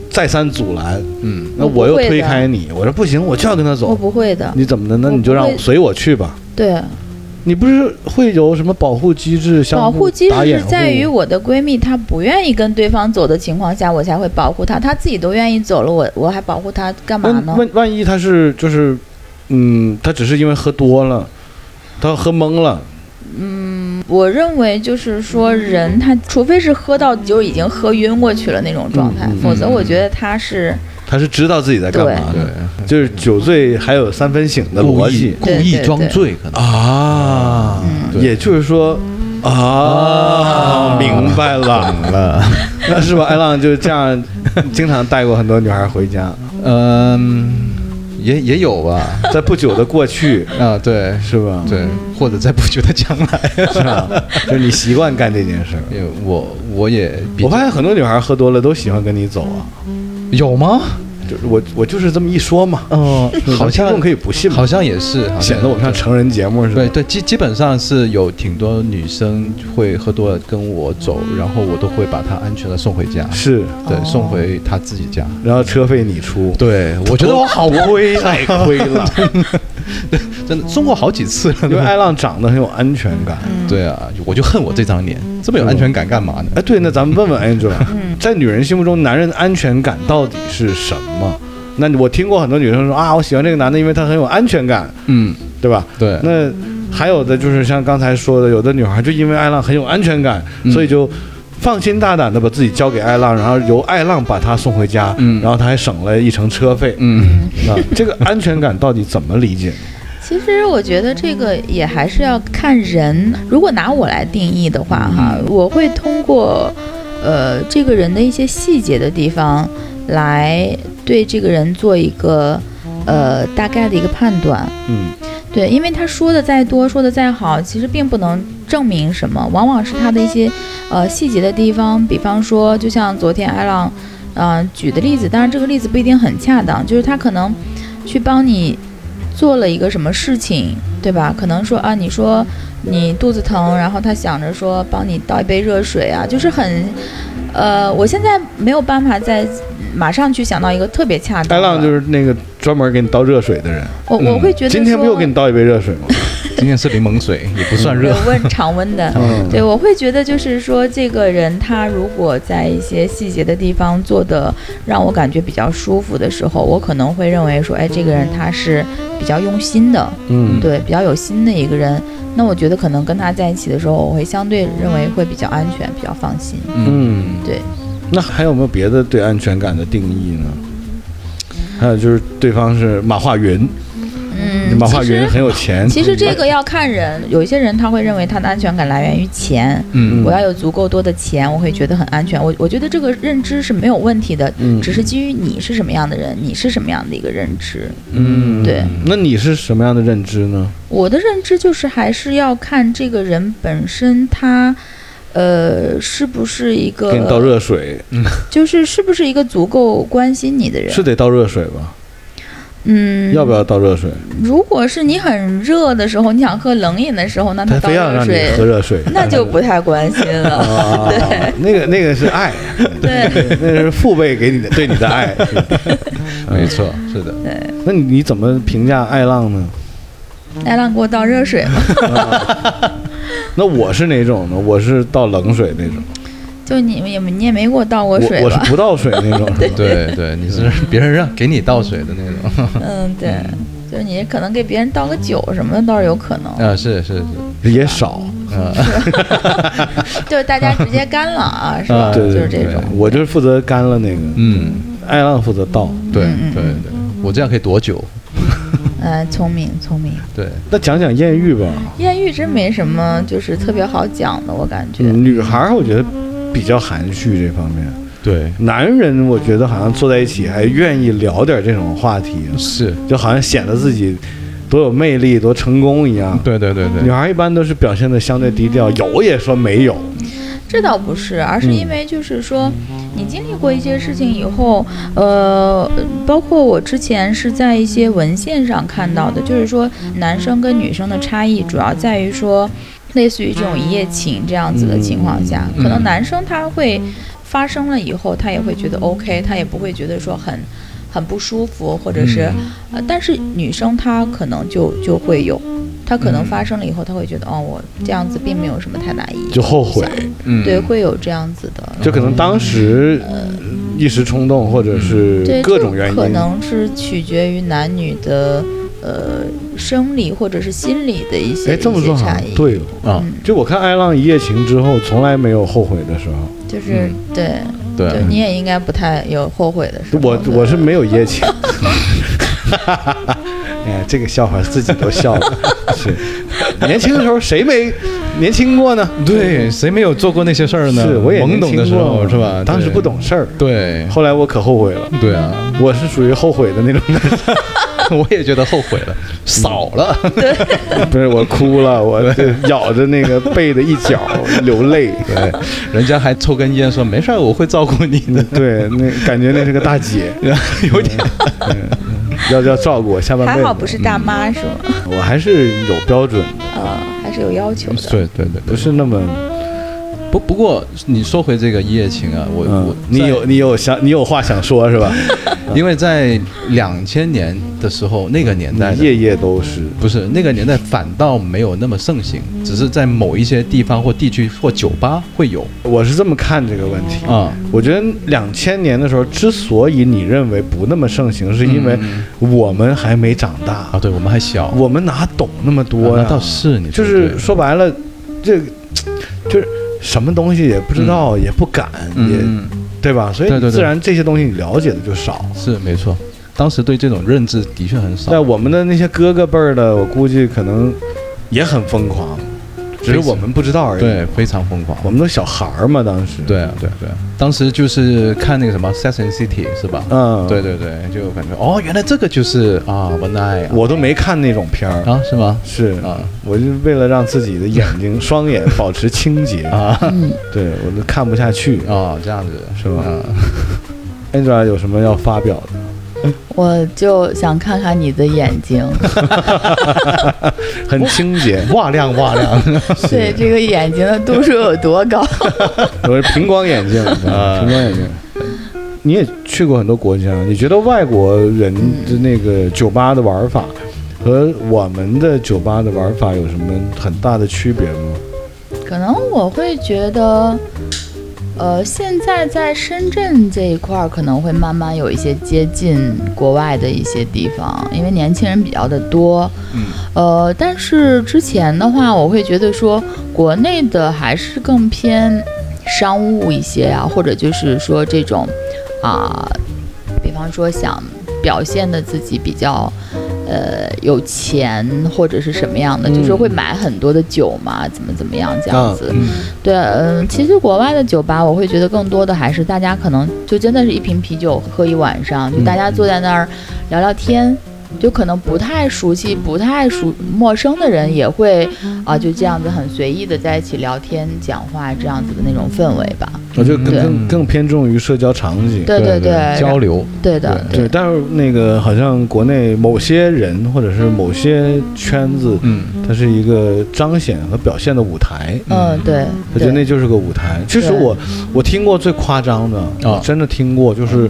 S2: 再三阻拦，
S1: 嗯
S2: 那
S4: 我不
S2: 我又
S4: 会的
S2: 推开你，我说不行，我就要跟他
S4: 我
S2: 走，
S4: 哦不会的。
S2: 你怎么的？那
S4: 我
S2: 你就
S4: 不
S2: 让
S4: 会
S2: 我随我去吧。
S4: 对，
S2: 你不是会有什么保护机制？相
S4: 保
S2: 互
S4: 护机
S2: 打
S4: 制
S2: 掩
S4: 是在于
S2: 护
S4: 我的闺蜜她不愿意跟对方走的情况下，我才会保护她。她自己都愿意走了，我我还保护她干嘛
S2: 那
S4: 呢？
S2: 万万一他是就是，嗯，他只是因为喝多了，他喝懵了，
S4: 我认为就是说，人他除非是喝到就已经喝晕过去了那种状态，
S2: 嗯嗯
S4: 否则我觉得他是
S2: 他是知道自己在干嘛的，
S1: 对，
S2: 就是酒醉还有三分醒的
S1: 故
S2: 逻
S1: 意
S2: 辑
S1: 故意装醉可能。
S2: 啊
S4: 嗯
S1: 对
S2: 也就是说啊，
S1: 啊
S2: 明白了，
S1: 懂了，
S2: 那是吧？艾浪就这样，经常带过很多女孩回家，
S1: 嗯，也也有吧，
S2: 在不久的过去，
S1: 啊，对
S2: 是吧？，
S1: 对，或者在不久的将来，
S2: 是吧？就是你习惯干这件事儿。
S1: 因为我我也比较
S2: 嗯我发现很多女孩喝多了都喜欢跟你走啊，
S1: 有吗？
S2: 就是我我就是这么一说嘛，
S1: 嗯，好
S2: 听
S1: 像
S2: 众可以不信嘛
S1: 好，像也是，好像
S2: 显得我们像成人节目似的。
S1: 对对，基基本上是有挺多女生会喝多了跟我走，然后我都会把她安全的送回家，
S2: 是，哦
S1: 对，送回她自己家。
S2: 然后车费你出。
S1: 对，我觉得我好亏啊，
S2: 太亏了，
S1: 真的送过好几次
S2: 因为
S1: 了。
S2: 艾浪长得很有安全感。
S1: 对啊，我就恨我这张脸，这么有安全感干嘛呢？
S2: 哎，对，那咱们问问 Angela，
S4: 嗯
S2: 在女人心目中，男人的安全感到底是什么？那我听过很多女生说啊，我喜欢这个男的，因为他很有安全感，
S1: 嗯，
S2: 对吧？
S1: 对，
S2: 那还有的就是像刚才说的，有的女孩就因为艾浪很有安全感，
S1: 嗯
S2: 所以就放心大胆的把自己交给艾浪，然后由艾浪把她送回家，
S1: 嗯
S2: 然后她还省了一程车费。
S1: 嗯
S2: 啊， 这个安全感到底怎么理解？
S4: 其实我觉得这个也还是要看人。如果拿我来定义的话，哈，我会通过，呃，这个人的一些细节的地方，来对这个人做一个，呃，大概的一个判断。
S2: 嗯，
S4: 对，因为他说的再多，说的再好，其实并不能证明什么，往往是他的一些呃细节的地方，比方说，就像昨天艾浪嗯、呃举的例子，当然这个例子不一定很恰当，就是他可能去帮你做了一个什么事情，对吧？可能说啊，你说你肚子疼，然后他想着说帮你倒一杯热水啊，就是很。呃，我现在没有办法在马上去想到一个特别恰当
S2: 艾
S4: 的。
S2: 浪就是那个专门给你倒热水的人。嗯
S4: 我，我会觉得
S2: 今天不
S4: 说
S2: 又给你倒一杯热水吗？。
S1: 今天是柠檬水，也不算
S4: 对
S1: 热。
S4: 问常 温的
S2: 嗯，
S4: 对，我会觉得就是说，这个人他如果在一些细节的地方做的让我感觉比较舒服的时候，我可能会认为说，哎，这个人他是比较用心的，
S2: 嗯，
S4: 对，比较有心的一个人。那我觉得可能跟他在一起的时候，我会相对认为会比较安全，比较放心。
S2: 嗯，
S4: 对，
S2: 那还有没有别的对安全感的定义呢？还有就是对方是马化云，
S4: 嗯，
S2: 马化
S4: 其
S2: 云
S4: 实
S2: 很有钱，
S4: 其实这个要看人，有一些人他会认为他的安全感来源于钱，
S1: 嗯
S4: 我要有足够多的钱，我会觉得很安全。我我觉得这个认知是没有问题的，
S2: 嗯
S4: 只是基于你是什么样的人，你是什么样的一个认知。
S2: 嗯
S4: 对。
S2: 那你是什么样的认知呢？
S4: 我的认知就是还是要看这个人本身他，呃，是不是一
S2: 给你倒
S4: 个，
S2: 热水，
S4: 就是是不是一个足够关心你的人。
S2: 是得倒热水吧？
S4: 啊嗯，
S2: 要不要倒热水？
S4: 如果是你很热的时候，你想喝冷饮的时候，那他倒
S2: 非要
S4: 热
S2: 让你
S4: 水，
S2: 喝热水，
S4: 那就不太关心 了。
S2: 啊，那个那个是爱，
S4: 对，
S2: 那是父辈给你的对你 的爱。
S1: 没错，是的，
S2: 那你你怎么评价爱浪呢？
S4: 爱浪给我倒热水嘛，
S2: 那我是哪种呢？我是倒冷水那种，
S4: 就你们也没你也没给我倒过
S2: 我
S4: 水
S2: 我是
S4: 吧？
S2: 不倒水那 种。是吧
S1: 对对，你是别人让给你倒水的那种，
S4: 嗯，对，就是你可能给别人倒个酒什么的倒是有可能，
S1: 啊，是是是，
S2: 也少，
S4: 就是大家直接干 了啊，是吧？
S1: 啊
S2: 对
S4: 就
S2: 对
S4: 是这
S2: 对
S4: 种，，
S2: 我就是负责干了那个，
S1: 嗯，
S2: 爱浪负责倒。
S1: 对
S4: 嗯嗯
S1: 对对，我这样可以躲酒，
S4: 嗯，聪明聪明。
S1: 对，
S2: 那讲讲艳遇吧，
S4: 艳遇真没什么，就是特别好讲的，我感觉。
S2: 女孩儿我觉得比较含蓄这方面，
S1: 对，
S2: 男人我觉得好像坐在一起还愿意聊点这种话题，
S1: 是，
S2: 就好像显得自己多有魅力、多成功一样。
S1: 对对对
S2: 女
S1: 对，
S2: 孩一般都是表现的相对低调，有也说没有，
S4: 这倒不是，而是
S1: 嗯
S4: 因为就是说，你经历过一些事情以后，呃，包括我之前是在一些文献上看到的，就是说男生跟女生的差异主要在于说，类似于这种一夜情这样子的情况下，
S1: 嗯
S4: 可能男生他会发生了以后，他也会觉得 OK，他也不会觉得说很。很不舒服，或者是，
S1: 嗯
S4: 呃，但是女生她可能就就会有，她可能
S1: 嗯
S4: 发生了以后，她会觉得，哦，我这样子并没有什么太大意义，
S2: 就后悔，
S1: 嗯，
S4: 对，会有这样子的。
S2: 就可能当时一时冲动，或者是
S4: 嗯对，
S2: 各
S4: 这
S2: 种原
S4: 可
S2: 因。
S4: 能是取决于男女的呃生理或者是心理的一些
S2: 哎，这么说
S4: 一些
S2: 好
S4: 差
S2: 像
S4: 异，
S2: 对哦。
S1: 啊，
S2: 就我看《爱浪一夜情》之后，从来没有后悔的时候。
S4: 就是、
S2: 嗯
S4: 对，
S1: 对
S4: 就你也应该不太有后悔的时候。
S2: 我我是没有一夜 情。 哎呀，这个笑话自己都笑了。是，年轻的时候谁没年轻过呢？
S1: 对，谁没有做过那些事儿呢？
S2: 是，我也
S1: 嗯懵
S2: 年
S1: 懂
S2: 轻
S1: 的时候
S2: 过
S1: 是吧？
S2: 当时
S1: 对
S2: 不，懂事儿，
S1: 对
S2: 后来我可后悔了。
S1: 对啊，
S2: 我是属于后悔的那种男 生，
S1: 我也觉得后悔了，少了，
S2: 不是我哭了，我 咬着那个被的一角流泪。
S1: 对，人家还抽根烟说没事儿，我会照顾你的，
S2: 对，那感觉那是个大姐，
S1: 有点
S2: 要要照顾我下半辈
S4: 还
S2: 子。
S4: 好不是大妈是吗？
S2: 我还是有标准的，
S4: 呃，还是有要求的。
S1: 对对对，
S2: 不嗯是那么
S1: 不不过你说回这个一夜情啊，我、
S2: 嗯
S1: 我，
S2: 你
S1: 在嗯
S2: 有你有想你有话想说是吧？
S1: 因为在两千年的时候，那个年代的
S2: 夜夜都是，
S1: 不是那个年代反倒没有那么盛行，只是在某一些地方或地区或酒吧会有
S2: 我是这么看这个问题。
S1: 啊。
S2: 我觉得两千年的时候，之所以你认为不那么盛行，是因为
S1: 嗯
S2: 我们还没长大
S1: 啊，，对我们还小，
S2: 我们哪懂那么多
S1: 啊那
S2: 呀？
S1: 倒是你说
S2: 就
S1: 得
S2: 是
S1: 对
S2: 说白了，这个就是什么东西也不知道，也不敢，也
S1: 嗯，
S2: 对吧？所以
S1: 对对对
S2: 自然这些东西你了解的就少。
S1: 是没错，当时对这种认知的确很少
S2: 在。我们的那些哥哥辈儿的，我估计可能也很疯狂，只是我们不知道而已。
S1: 对，非常疯狂。
S2: 我们都小孩儿嘛，当时。，
S1: 对啊，对啊对啊，当时就是看那个什么《Sex and City》是吧？
S2: 嗯，
S1: 对，对对，就感觉哦，原来这个就是啊，我的爱啊，
S2: 我都没看那种片儿。
S1: 啊是吗？
S2: 是
S1: 啊
S2: 我就为了让自己的眼睛、双眼保持清洁，
S1: 啊
S2: 对我都看不下去。
S1: 哦，这样子
S2: 嗯是吧
S1: 啊
S2: Angela 有什么要发表的？
S4: 我就想看看你的眼 睛，
S2: 很清洁， 哇亮哇亮，
S4: 对这个眼睛的度数有多高？
S2: 我是平光眼 镜，
S1: 啊
S2: 平光眼镜。你也去过很多国家，你觉得外国人的那个酒吧的玩法和我们的酒吧的玩法有什么很大的区别吗？
S4: 可能我会觉得，呃，现在在深圳这一块儿可能会慢慢有一些接近国外的一些地方，因为年轻人比较的多。
S1: 嗯。
S4: 呃，但是之前的话，我会觉得说国内的还是更偏商务一些啊，或者就是说这种啊、比方说想表现的自己比较呃有钱或者是什么样的，就是
S2: 嗯
S4: 会买很多的酒嘛，怎么怎么样这
S2: 啊
S4: 样子。对，嗯，其实国外的酒吧，我会觉得更多的还是大家可能就真的是一瓶啤酒喝一晚上，就
S1: 嗯
S4: 大家坐在那儿聊聊天，就可能不太熟悉、不太熟陌生的人也会啊，就这样子很随意的在一起聊天、讲话这样子的那种氛围吧。
S2: 我就更
S4: 对
S2: 更更偏重于社交场景。
S4: 对对
S1: 对交流，
S4: 对的，
S1: 对
S2: 对，但是那个好像国内某些人或者是某些圈子，
S1: 嗯，
S2: 它是一个彰显和表现的舞台。
S4: 嗯，对，
S2: 我觉得那就是个舞台。其实
S4: 对
S2: 我我听过最夸张的，
S1: 啊
S2: 我真的听过，就是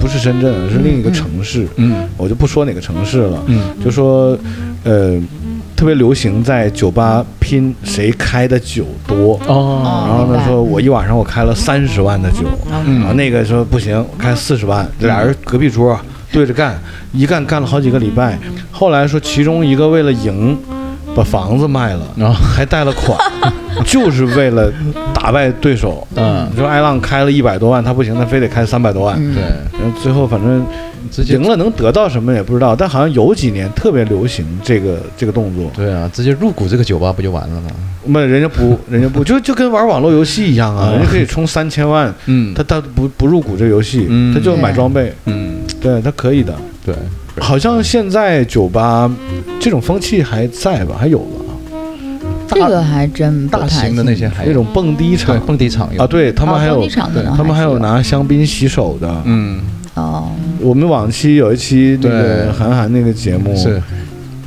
S2: 不是深圳，是另一个城市，
S1: 嗯
S2: 我就不说哪个城市了。
S1: 嗯
S2: 就说，呃，特别流行在酒吧拼谁开的酒多。
S1: 哦
S4: 哦
S2: 然后
S4: 明
S2: 呢，
S4: 白
S2: 说我一晚上我开了三十万的酒，然后
S1: 嗯
S2: 那个说不行，我开四十万，俩人隔壁桌啊对着干，一干干了好几个礼拜。后来说其中一个为了赢，把房子卖了，
S4: 哦
S1: 然后
S2: 还贷了款，就是为了打败对手。
S1: 嗯
S2: 你说艾浪开了一百多万，他不行，他非得开三百多万。
S4: 嗯，
S1: 对，
S2: 然后最后反正
S1: 直接
S2: 赢了能得到什么也不知道，但好像有几年特别流行这个这个动作。
S1: 对啊，直接入股这个酒吧不就完了吗？
S2: 那人家不， 人家不就就跟玩网络游戏一样啊，
S1: 嗯
S2: 人家可以充三千万，
S1: 嗯
S2: 他他不不入股这个游戏，
S1: 嗯
S2: 他就买装备，
S1: 嗯，
S2: 对他可以的。
S1: 对，
S2: 好像现在酒吧这种风气还在吧？还有吧？
S4: 这个还真不
S1: 大
S4: 太
S1: 型的那些还有
S2: 那种蹦迪场
S1: 对蹦迪场有
S2: 啊，，对他们还有
S4: 哦、场
S1: 对
S4: 可能
S2: 他们还有
S4: 是
S2: 拿香槟洗手的，
S1: 嗯
S4: 哦，
S2: 我们往期有一期那
S1: 对
S2: 个韩寒那个节目
S1: 是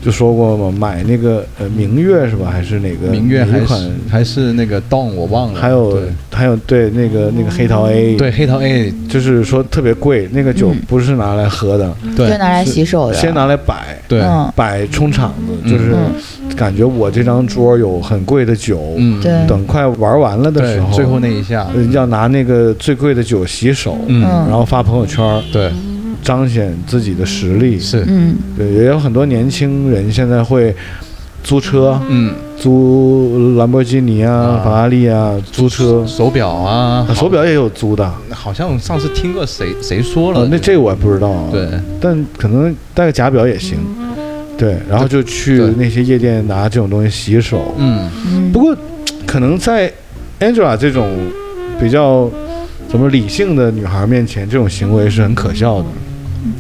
S2: 就说过嘛，买那个呃明月是吧？还是哪个
S1: 明月
S2: 哪
S1: 还
S2: 一款
S1: 是还是那个 Don 我忘了，
S2: 还有
S1: 对
S2: 还有对那个那个黑桃 A，
S1: 对，黑桃 A
S2: 就是说特别贵，那个酒
S4: 嗯
S2: 不是拿来喝的，
S4: 就
S1: 对
S4: 拿来
S2: 是
S4: 洗手的，
S2: 先拿来摆。
S1: 嗯对
S4: 嗯
S2: 摆充场子，就是
S4: 嗯
S2: 感觉我这张桌有很贵的酒，
S1: 嗯
S4: 对
S2: 等快玩完了的
S1: 对
S2: 时候，，
S1: 最后那一下，
S2: 呃要拿那个最贵的酒洗手，
S1: 嗯
S4: 嗯
S2: 然后发朋友圈，
S1: 对
S2: 彰显自己的实力。
S1: 是
S4: 嗯
S2: 对，也有很多年轻人现在会租车，
S1: 嗯
S2: 租兰博基尼啊、
S1: 啊
S2: 法拉利啊，租车，
S1: 嗯手表啊
S2: 啊，手表也有租的。
S1: 好像上次听过谁谁说
S2: 呃
S1: 了，
S2: 那这个我也不知道啊。，
S1: 对
S2: 但可能带个假表也行。对，然后就去
S1: 对
S2: 那些夜店拿这种东西洗手。
S1: 嗯
S4: 嗯，
S2: 不过，可能在 Angela 这种比较怎么理性的女孩面前，这种行为是很可笑的。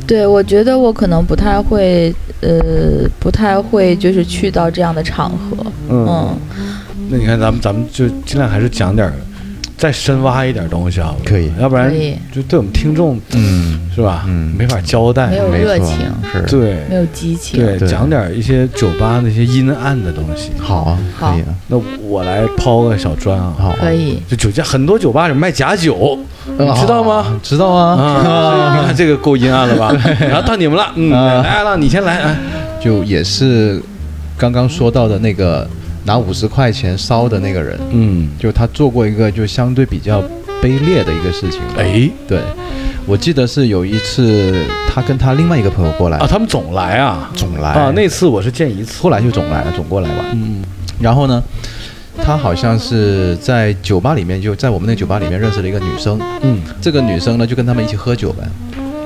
S4: 对，我觉得我可能不太会，呃，不太会，就是去到这样的场合，嗯，
S2: 那你看，咱们咱们就尽量还是讲点儿，再深挖一点东西啊，
S1: 可以
S2: 要不然
S4: 可以
S2: 就对我们听众
S1: 嗯
S2: 是吧，
S1: 嗯
S2: 没法交代，
S4: 没有
S1: 没
S4: 热
S1: 错
S4: 情
S1: 是
S2: 对
S4: 没有激情。
S2: 对
S1: 对
S2: 讲点儿一些酒吧那些阴暗的东西。
S1: 好啊，可以啊，
S2: 那我来抛个小砖啊，
S1: 好啊，
S4: 可以，
S2: 就酒家很多酒吧有卖假酒，你知道吗？？
S1: 嗯知道啊，
S2: 啊，你看这个够阴暗了 吧？然后到你们了，嗯，
S1: 啊
S2: 来了，你先来，哎
S1: 就也是刚刚说到的那个拿五十块钱烧的那个人，
S2: 嗯，
S1: 就他做过一个就相对比较卑劣的一个事情。
S2: 哎，
S1: 对，我记得是有一次他跟他另外一个朋友过来
S2: 啊，，他们总来啊，
S1: 总来
S2: 啊，那次我是见一次，
S1: 后来就总来了，总过来玩。
S2: 嗯
S1: 然后呢，他好像是在酒吧里面，就在我们那酒吧里面认识了一个女生。
S2: 嗯，
S1: 这个女生呢，就跟他们一起喝酒呗。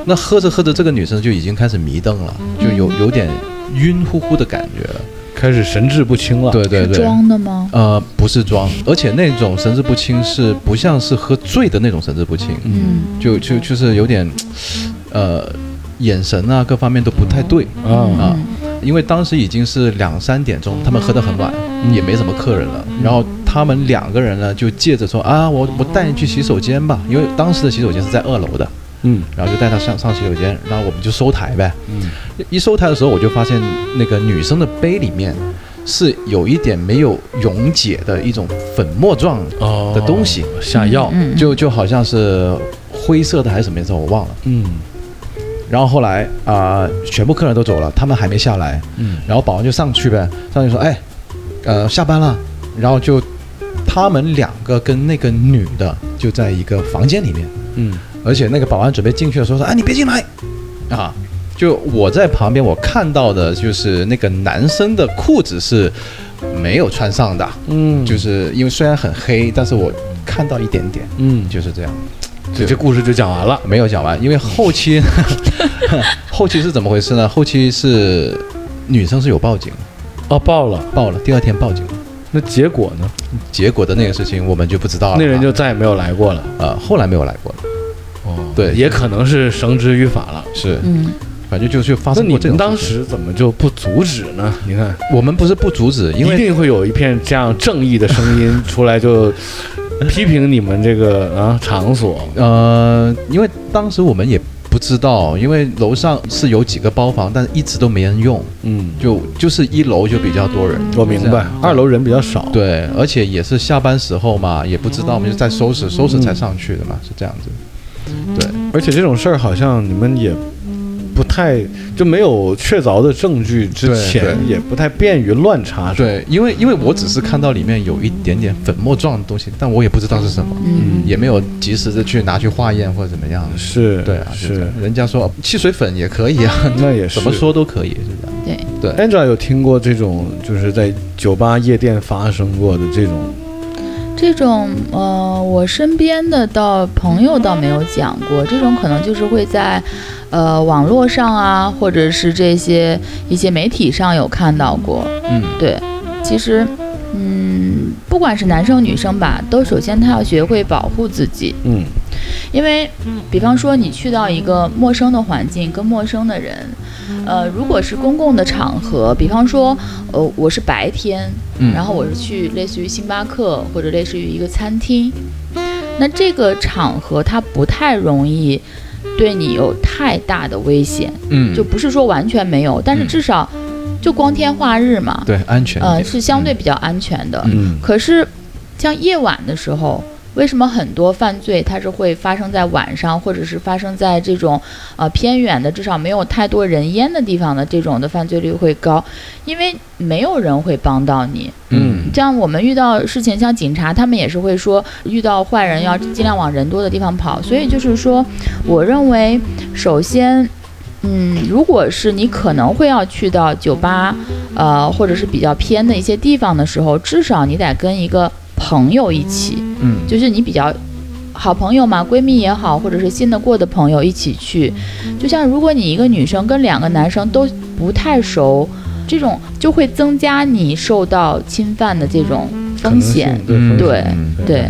S1: 那喝着喝着，这个女生就已经开始迷瞪了，就有有点晕乎乎的感觉了。
S2: 开始神志不清了，
S1: 对对
S4: 是
S1: 对，
S4: 装的吗？
S1: 呃，不是装，而且那种神志不清是不像是喝醉的那种神志不清，
S4: 嗯，
S1: 就就就是有点，呃，眼神啊各方面都不太对。
S2: 啊，
S1: 啊
S4: 嗯
S1: 因为当时已经是两三点钟，他们喝得很晚，也没什么客人了。然后他们两个人呢，就借着说啊，我我带你去洗手间吧，因为当时的洗手间是在二楼的，
S2: 嗯
S1: 然后就带他上上洗手间，然后我们就收台呗。
S2: 嗯，
S1: 一收台的时候，我就发现那个女生的杯里面是有一点没有溶解的一种粉末状
S2: 哦
S1: 的东西，
S2: 下药，
S4: 嗯
S1: 就就好像是灰色的还是什么颜色，我忘了。
S2: 嗯
S1: 然后后来啊、全部客人都走了，他们还没下来，
S2: 嗯
S1: 然后保安就上去呗，上去说，哎，呃，下班了，然后就他们两个跟那个女的就在一个房间里面，
S2: 嗯
S1: 而且那个保安准备进去的时候说，哎，你别进来，啊，就我在旁边我看到的就是那个男生的裤子是没有穿上的，
S2: 嗯
S1: 就是因为虽然很黑，但是我看到一点点，
S2: 嗯
S1: 就是这样，
S2: 这这故事就讲完了。
S1: 没有讲完，因为后期 后期是怎么回事呢？后期是女生是有报警，
S2: 哦，爆了，
S1: 报了，第二天报警了，
S2: 那结果呢？
S1: 结果的那个事情我们就不知道了嘛。
S2: 那人就再也没有来过了。
S1: 呃后来没有来过了，
S2: 哦
S1: 对
S2: 也可能是绳之于法了。
S1: 是
S4: 嗯，
S1: 反正就是发
S2: 那
S1: 生
S2: 你
S1: 过这
S2: 们
S1: 种。
S2: 当时怎么就不阻止呢？你看，
S1: 我们不是不阻止，因
S2: 一
S1: 为
S2: 定会有一片这样正义的声音出来， 就批评你们这个啊场所。
S1: 呃，因为当时我们也不知道，因为楼上是有几个包房，但一直都没人用，
S2: 嗯，
S1: 就就是一楼就比较多人。
S2: 我明
S1: 这
S2: 白
S1: 样，
S2: 二楼人比较少。
S1: 对，而且也是下班时候嘛，也不知道，我们就在收拾，收拾才上去的嘛，是这样子。
S2: 而且这种事儿好像你们也不太就没有确凿的证据之
S1: 对
S2: 前，
S1: 对
S2: 也不太便于乱查。
S1: 对，因为因为我只是看到里面有一点点粉末状的东西，但我也不知道是什么，
S2: 嗯
S1: 也没有及时的去拿去化验或者怎么样。
S2: 是，
S1: 对啊，就这
S2: 是
S1: 样，人家说哦汽水粉也可以啊，
S2: 那也是
S1: 怎么说都可以，是这样。
S4: 对，
S1: 对，
S2: Angela 有听过这种就是在酒吧、夜店发生过的这种，
S4: 这种呃，我身边的倒朋友倒没有讲过，这种可能就是会在呃网络上啊，或者是这些一些媒体上有看到过。
S1: 嗯，
S4: 对，其实嗯，不管是男生女生吧，都首先他要学会保护自己，
S2: 嗯，
S4: 因为比方说你去到一个陌生的环境，跟陌生的人，呃，如果是公共的场合，比方说呃我是白天，
S1: 嗯
S4: 然后我是去类似于星巴克或者类似于一个餐厅，那这个场合它不太容易对你有太大的危险，
S1: 嗯，
S4: 就不是说完全没有，但是
S1: 嗯
S4: 至少就光天化日嘛，
S1: 对安全一点。
S4: 呃，是相
S1: 嗯
S4: 对比较安全的。
S2: 嗯
S4: 可是像夜晚的时候。为什么很多犯罪它是会发生在晚上，或者是发生在这种呃偏远的，至少没有太多人烟的地方的这种的犯罪率会高？因为没有人会帮到你，
S1: 嗯
S4: 像我们遇到事情，像警察他们也是会说，遇到坏人要尽量往人多的地方跑。所以就是说，我认为首先。嗯，如果是你可能会要去到酒吧，呃，或者是比较偏的一些地方的时候，至少你得跟一个朋友一起，
S1: 嗯
S4: 就是你比较好朋友嘛，闺蜜也好，或者是信得过的朋友一起去。就像如果你一个女生跟两个男生都不太熟，这种就会增加你受到侵犯的这种
S2: 嗯
S4: 风险。
S2: 可能性
S4: 对
S1: 嗯
S4: 对，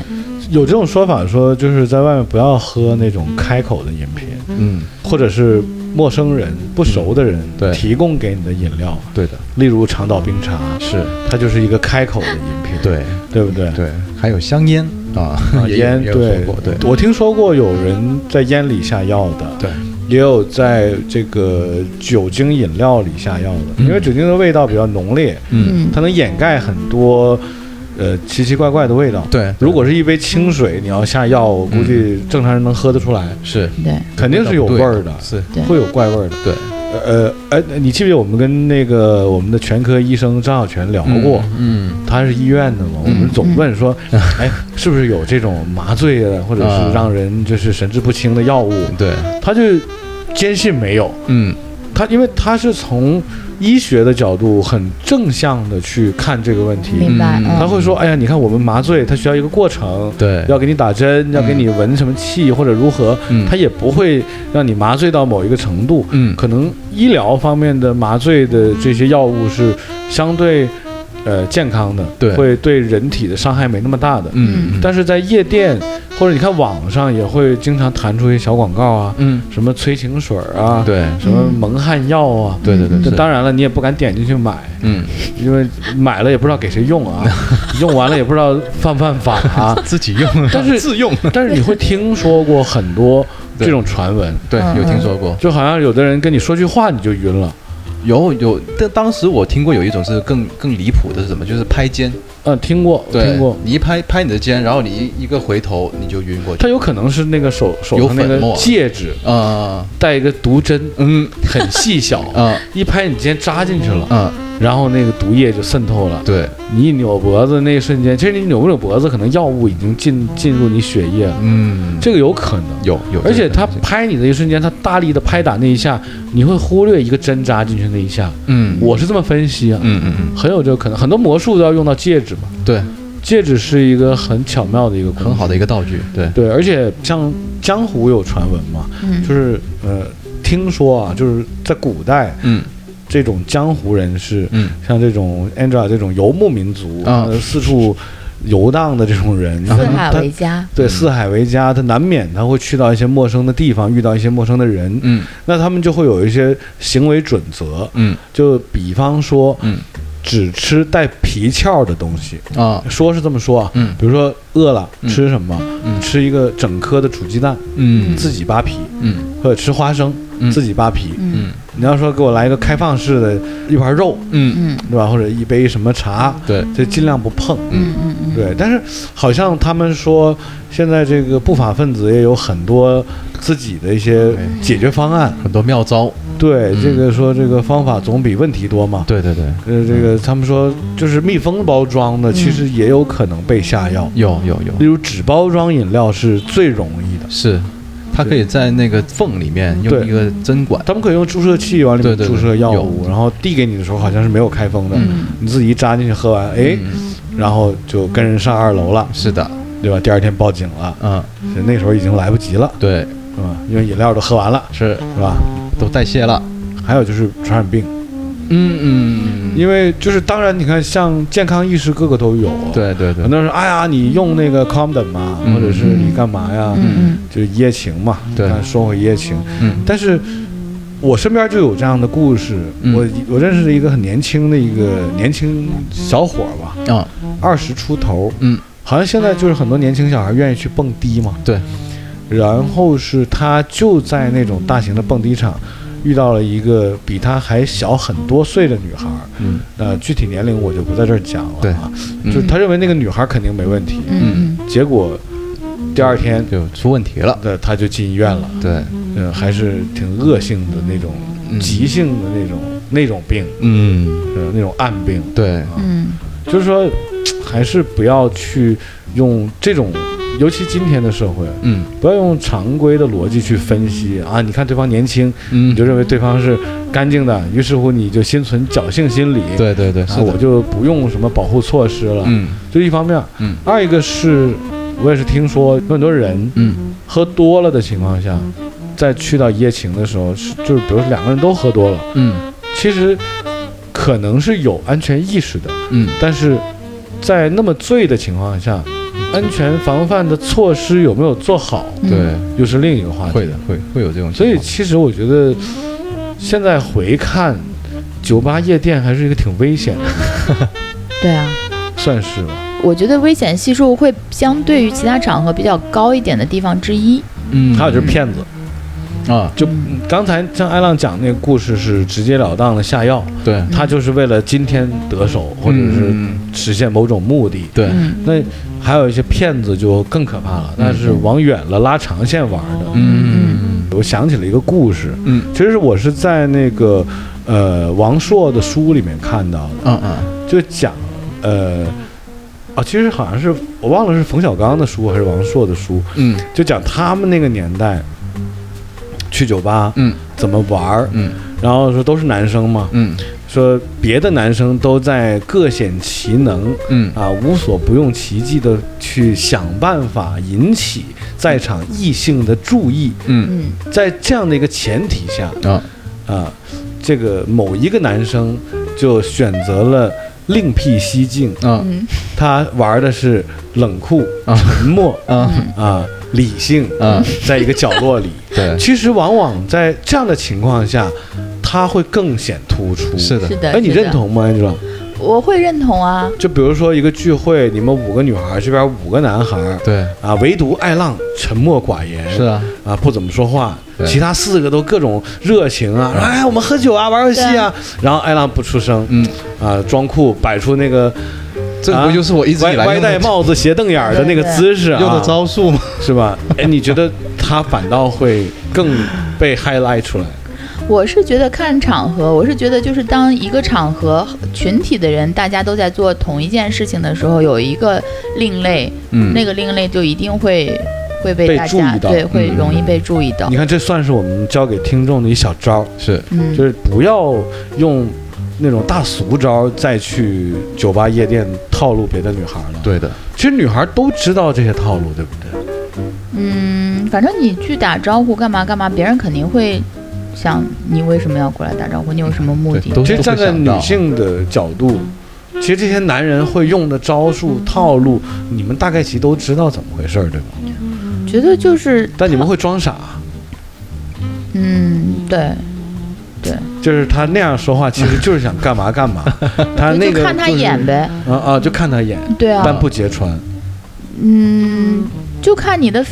S2: 有这种说法说，就是在外面不要喝那种开口的饮品，
S1: 嗯，
S2: 或者是陌生人、不熟的人
S1: 对
S2: 提供给你的饮料，
S1: 对的，
S2: 例如长岛冰茶，
S1: 是
S2: 它就是一个开口的饮品，
S1: 对
S2: 对不对？
S1: 对，还有香烟啊
S2: 啊，
S1: 也
S2: 烟
S1: 也有
S2: 对
S1: 说过，对
S2: 我听说过有人在烟里下药的，
S1: 对，
S2: 也有在这个酒精饮料里下药的，因为
S1: 嗯
S2: 酒精的味道比较浓烈，
S1: 嗯
S4: 嗯，
S2: 它能掩盖很多呃奇奇怪怪的味道。
S1: 对，嗯
S2: 如果是一杯清水，你要下药，我估计正常人能喝得出来，
S1: 是
S4: 对，
S2: 肯定是有味儿的，
S1: 是
S4: 对
S2: 会有怪味儿的。
S1: 对
S2: 呃，哎、你记不记得我们跟那个我们的全科医生张小泉聊过？
S1: 嗯
S2: 他是医院的嘛，我们总问说，哎，是不是有这种麻醉的，或者
S1: 啊
S2: 是让人就是神志不清的药物？
S1: 对，
S2: 他就坚信没有，
S1: 嗯
S2: 他因为他是从医学的角度很正向的去看这个问题，
S4: 明白。
S1: 嗯
S2: 他会说，哎呀，你看我们麻醉它需要一个过程，
S1: 对，
S2: 要给你打针，要给你闻什么气或者如何，
S1: 嗯
S2: 他也不会让你麻醉到某一个程度。
S1: 嗯
S2: 可能医疗方面的麻醉的这些药物是相对呃健康的，
S1: 对
S2: 会对人体的伤害没那么大的。
S1: 嗯
S2: 但是在夜店或者你看网上也会经常弹出一些小广告啊，
S1: 嗯
S2: 什么催情水儿啊，，
S1: 对
S2: 什么蒙汗药啊。
S1: 对对对，
S2: 这
S1: 是
S2: 当然了，你也不敢点进去买，
S1: 嗯
S2: 因为买了也不知道给谁 用啊，用完了也不知道犯不犯法啊。
S1: 自己 用，
S2: 但是
S1: 自用，
S2: 但是你会听说过很多
S1: 对
S2: 这种传闻，
S1: 对，
S4: 嗯
S1: 有听
S4: 嗯
S1: 说过，
S2: 就好像有的人跟你说句话你就晕了，
S1: 有有，但当时我听过有一种是更更离谱的是什么，就是拍肩，
S2: 嗯，听过，
S1: 对
S2: 听过。
S1: 你一拍拍你的肩，然后你一一个回头你就晕过去，
S2: 他有可能是那个手手
S1: 有
S2: 上那
S1: 粉末
S2: 个戒指
S1: 啊
S2: 带一个毒针，
S1: 嗯
S2: 很 细小，
S1: 啊
S2: 一拍你今天扎进去了，
S1: 啊，
S2: 然后那个毒液就渗透了。
S1: 对，
S2: 你一扭脖子那一瞬间，其实你扭不扭脖子，可能药物已经进进入你血液了，
S1: 嗯，
S2: 这个有可能。
S1: 有有这个可能性，
S2: 而且他拍你的一瞬间，他大力的拍打那一下，你会忽略一个针扎进去那一下。
S1: 嗯
S2: 我是这么分析啊，
S1: 嗯嗯
S2: 很有这个可能。很多魔术都要用到戒指嘛，
S1: 嗯，对，
S2: 戒指是一个很巧妙的一个工具
S1: 很好的一个道具，对，
S2: 对，而且像江湖有传闻嘛，
S4: 嗯
S2: 就是呃，听说啊，就是在古代
S1: 嗯
S2: 这种江湖人士，
S1: 嗯
S2: 像这种 Angela 这种游牧民族，
S1: 啊
S2: 呃四处游荡的这种人，
S4: 啊四
S2: 他
S4: 海
S2: 他
S4: 为家，
S2: 对四海为家，他难免他会去到一些陌生的地方，遇到一些陌生的人，
S1: 嗯
S2: 那他们就会有一些行为准则，
S1: 嗯
S2: 就比方说
S1: 嗯
S2: 只吃带皮壳的东西，
S1: 啊
S2: 说是这么说啊，
S1: 嗯
S2: 比如说饿了
S1: 嗯
S2: 吃什么，
S1: 嗯
S2: 吃一个整颗的煮鸡蛋，
S1: 嗯
S2: 自己扒皮，
S1: 嗯
S2: 或者吃花生，
S1: 嗯
S2: 自己扒皮。
S4: 嗯
S1: 嗯
S2: 你要说给我来一个开放式的，一盘肉，
S1: 嗯，
S4: 嗯
S2: 对吧？或者一杯什么茶，
S1: 对，
S2: 就尽量不碰。
S4: 嗯嗯嗯，
S2: 对，啊但是好像他们说，现在这个不法分子也有很多自己的一些
S1: 对
S2: 解决方案。
S1: 很多妙招，
S2: 对，
S1: 嗯
S2: 这个说这个方法总比问题多嘛。
S1: 对对对，
S2: 呃，这个他们说就是密封包装
S1: 嗯
S2: 的，其实也有可能被下药。
S1: 有有有
S2: 例，如纸包装饮料是最容易的，
S1: 是，它可以在那个缝里面用
S2: 对
S1: 一个针管，
S2: 他们可以用注射器往里面
S1: 对对
S2: 注
S1: 对
S2: 射药
S1: 有
S2: 物，然后递给你的时候好像是没有开封的，
S1: 嗯
S2: 你自己一扎进去喝完，哎，
S1: 嗯
S2: 然后就跟人上二楼了，
S1: 是的，
S2: 对吧？第二天报警了，
S1: 嗯，
S2: 那时候已经来不及了，
S1: 对，
S2: 是吧？因为饮料都喝完了，
S1: 是
S2: 是吧？
S1: 都代谢了，
S2: 还有就是传染病，
S1: 嗯嗯，
S2: 因为就是当然你看，像健康意识各个都有，，
S1: 对对对
S2: 很，多人说，哎呀，你用那个 condom 嘛，
S1: 嗯
S2: 或者是你干嘛呀？
S4: 嗯
S2: 就是一夜情嘛，
S1: 对
S2: 那说回一夜情，
S1: 嗯
S2: 但是我身边就有这样的故事。
S1: 嗯
S2: 我我认识一个很年轻的一个年轻小伙儿吧，
S1: 啊
S2: 二十出头，
S1: 嗯，
S2: 好像现在就是很多年轻小孩愿意去蹦迪嘛。
S1: 对，
S2: 然后是他就在那种大型的蹦迪场。遇到了一个比他还小很多岁的女孩儿，
S1: 嗯
S2: 那具体年龄我就不在这儿讲了
S1: 对
S2: 啊。
S1: 嗯
S2: 就是他认为那个女孩儿肯定没问题，
S4: 嗯
S2: 结果第二天，
S1: 就出问题了，
S2: 那他就进医院了。
S1: 对，
S2: 嗯，还是挺恶性的那种
S1: 嗯
S2: 急性的那种那种病，
S1: 嗯
S2: 呃，那种暗病。
S1: 对，
S4: 嗯
S2: 就是说，还是不要去用这种，尤其今天的社会，
S1: 嗯
S2: 不要用常规的逻辑去分析啊。你看对方年轻，
S1: 嗯
S2: 你就认为对方是干净的，于是乎你就心存侥幸心理，
S1: 对对对，
S2: 啊，
S1: 是
S2: 我
S1: 的，
S2: 就不用什么保护措施了，
S1: 嗯
S2: 这是一方面。
S1: 嗯
S2: 二一个是，我也是听说有很多人
S1: 嗯
S2: 喝多了的情况下，再去到一夜情的时候，是就是比如说两个人都喝多了，
S1: 嗯
S2: 其实可能是有安全意识的，
S1: 嗯，
S2: 但是在那么醉的情况下，安全防范的措施有没有做好，
S4: 嗯
S1: 对，
S2: 又是另一个话题。
S1: 会的，会会有这种情况，
S2: 所以其实我觉得，现在回看，酒吧夜店还是一个挺危险的，
S4: 对啊。
S2: 算是吧。
S4: 我觉得危险系数会相对于其他场合比较高一点的地方之一。
S1: 嗯，
S2: 还有就是骗子，
S1: 啊，
S2: 就嗯刚才像艾浪讲那个故事是直截了当的下药，
S1: 对
S2: 他就是为了今天得手，或者是
S1: 嗯
S2: 实现某种目的。
S1: 对，
S4: 嗯
S2: 那还有一些骗子就更可怕了，那是往远了拉长线玩的。
S1: 嗯
S2: 我想起了一个故事，
S1: 嗯
S2: 其实我是在那个呃王朔的书里面看到的，
S1: 啊啊，
S2: 就讲呃啊，其实好像是我忘了是冯小刚的书还是王朔的书，
S1: 嗯
S2: 就讲他们那个年代去酒吧
S1: 嗯
S2: 怎么玩儿，
S1: 嗯
S2: 然后说都是男生嘛，
S1: 嗯
S2: 说别的男生都在各显其能，
S1: 嗯
S2: 啊，无所不用其极的去想办法引起在场异性的注意。
S1: 嗯
S4: 嗯
S2: 在这样的一个前提下，
S1: 啊，
S2: 啊，这个某一个男生就选择了另辟蹊径，
S1: 啊
S4: 嗯
S2: 他玩的是冷酷、
S1: 啊
S2: 沉默
S1: 啊，
S2: 啊、理性
S1: 啊，
S2: 在一个角落里。
S1: 对，
S2: 其实往往在这样的情况下，他会更显突出。
S1: 是的
S4: 是，的。
S2: 哎，你
S4: 是的
S2: 认？同吗，Angela？
S4: 我会认同啊。
S2: 就比如说一个聚会，你们五个女孩儿，这边五个男孩儿，
S1: 对，
S2: 啊，唯独爱浪沉默寡言，
S1: 是啊，
S2: 啊，不怎么说话。
S1: 对
S2: 其他四个都各种热情啊，哎，我们喝酒啊，玩游戏啊。然后爱浪不出声，
S1: 嗯，
S2: 啊，装酷，摆出那个
S1: 这个不就是我一直以
S2: 歪
S1: 来
S2: 歪
S1: 用的
S2: 戴帽子、斜瞪眼儿的那个
S4: 对对
S2: 姿势啊，
S1: 用的招数吗？
S2: 是吧？哎，你觉得他反倒会更被 highlight 出来？
S4: 我是觉得看场合，我是觉得就是当一个场合群体的人大家都在做同一件事情的时候，有一个另类，
S1: 嗯
S4: 那个另类就一定会会被
S2: 被
S4: 大
S2: 注意
S4: 家
S2: 到嗯
S4: 对会容易被注意到
S2: 嗯你。看，这算是我们教给听众的一小招儿，
S1: 是，
S4: 嗯
S2: 就是不要用那种大俗招再去酒吧夜店套路别的女孩了。，
S1: 对的，
S2: 其实女孩都知道这些套路，对不对？
S4: 嗯，反正你去打招呼干嘛干嘛，别人肯定会想你为什么要过来打招呼，你有什么目的
S1: 对？都
S2: 其实站在
S1: 都会想
S2: 女
S1: 到
S2: 性的角度，其实这些男人会用的招数套路，你们大概其都知道怎么回事儿，对吧？
S4: 觉得就是，
S2: 但你们会装傻，
S4: 嗯，对，
S2: 就是他那样说话，其实就是想干嘛 干嘛。他那
S4: 就
S2: 个
S4: 看他
S2: 就是
S4: 演呗，
S2: 啊啊，就看他演，
S4: 对啊，
S2: 但不揭穿。
S4: 嗯，就看你的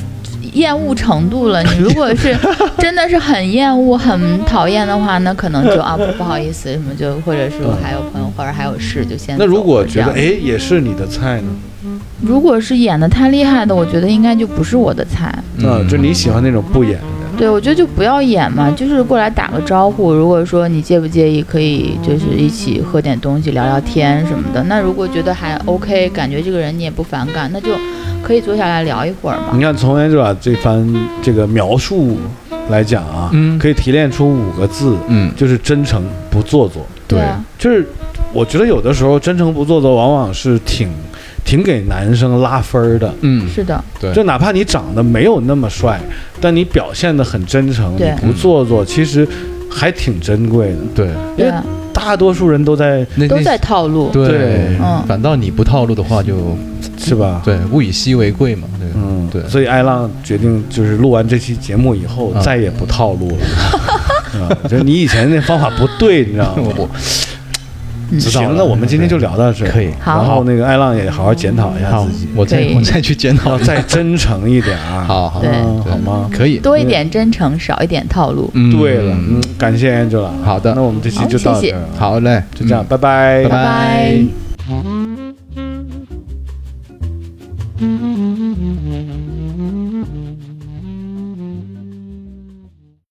S4: 厌恶程度 了。你如果是真的是很厌恶、很讨厌的话，那可能 就啊不不好意思什么就，或者是我还有朋友或者还有事就先走。
S2: 那如果
S4: 这
S2: 觉得
S4: 样
S2: 哎也是你的菜呢？
S4: 如果是演的太厉害的，我觉得应该就不是我的菜。
S2: 啊，就你喜欢那种不演
S4: 对，我觉得就不要演嘛，就是过来打个招呼。如果说你介不介意，可以就是一起喝点东西、聊聊天什么的。那如果觉得还 OK，感觉这个人你也不反感，那就可以坐下来聊一会儿嘛
S2: 你。看，从 Angela 这番这个描述来讲啊，
S1: 嗯
S2: 可以提炼出五个字，
S1: 嗯，
S2: 就是真诚不做作。
S1: 对
S4: 啊，
S2: 就是我觉得有的时候真诚不做作，往往是挺挺给男生拉分儿的。
S1: 嗯，
S4: 是的，
S1: 对
S2: 就哪怕你长得没有那么帅，但你表现得很真诚，你
S4: 对
S2: 不做作，其实还挺珍贵的。
S1: 对，
S2: 因
S4: 对
S2: 为
S4: 啊。
S2: 大多数人都在
S1: 那
S4: 都
S1: 那
S4: 在套路。
S1: 对
S2: 对，
S4: 嗯
S1: 反倒你不套路的话就，
S2: 是吧？
S1: 对物以稀为贵嘛，对，
S2: 嗯，
S1: 对
S2: 所以艾浪决定就是录完这期节目以后，
S1: 啊
S2: 再也不 套路了。啊，就是你以前那方法不对，你知道吗？
S1: 我
S4: 嗯
S1: 知道了
S2: 行，那我们今天就聊到这儿，
S1: 可以
S4: 好
S2: 然后那个艾浪也好好检讨一下
S1: 好
S2: 自己，，
S1: 我再
S4: 对
S1: 我再去检讨一
S2: 要
S1: 下，
S2: 再真诚一点啊，
S1: 好好
S4: 对
S2: 嗯
S1: 对
S2: 好吗？
S1: 可以，
S2: 嗯
S4: 多一点真诚，少一点套路。
S1: 嗯
S2: 对了，嗯，感谢 Angela 啊。
S1: 好的
S2: 那我们这期
S4: 好
S2: 就到
S4: 谢
S2: 这
S4: 谢
S2: 儿啊，
S1: 好嘞，
S2: 就这样，
S1: 嗯
S2: 拜拜，
S1: 拜
S4: 拜拜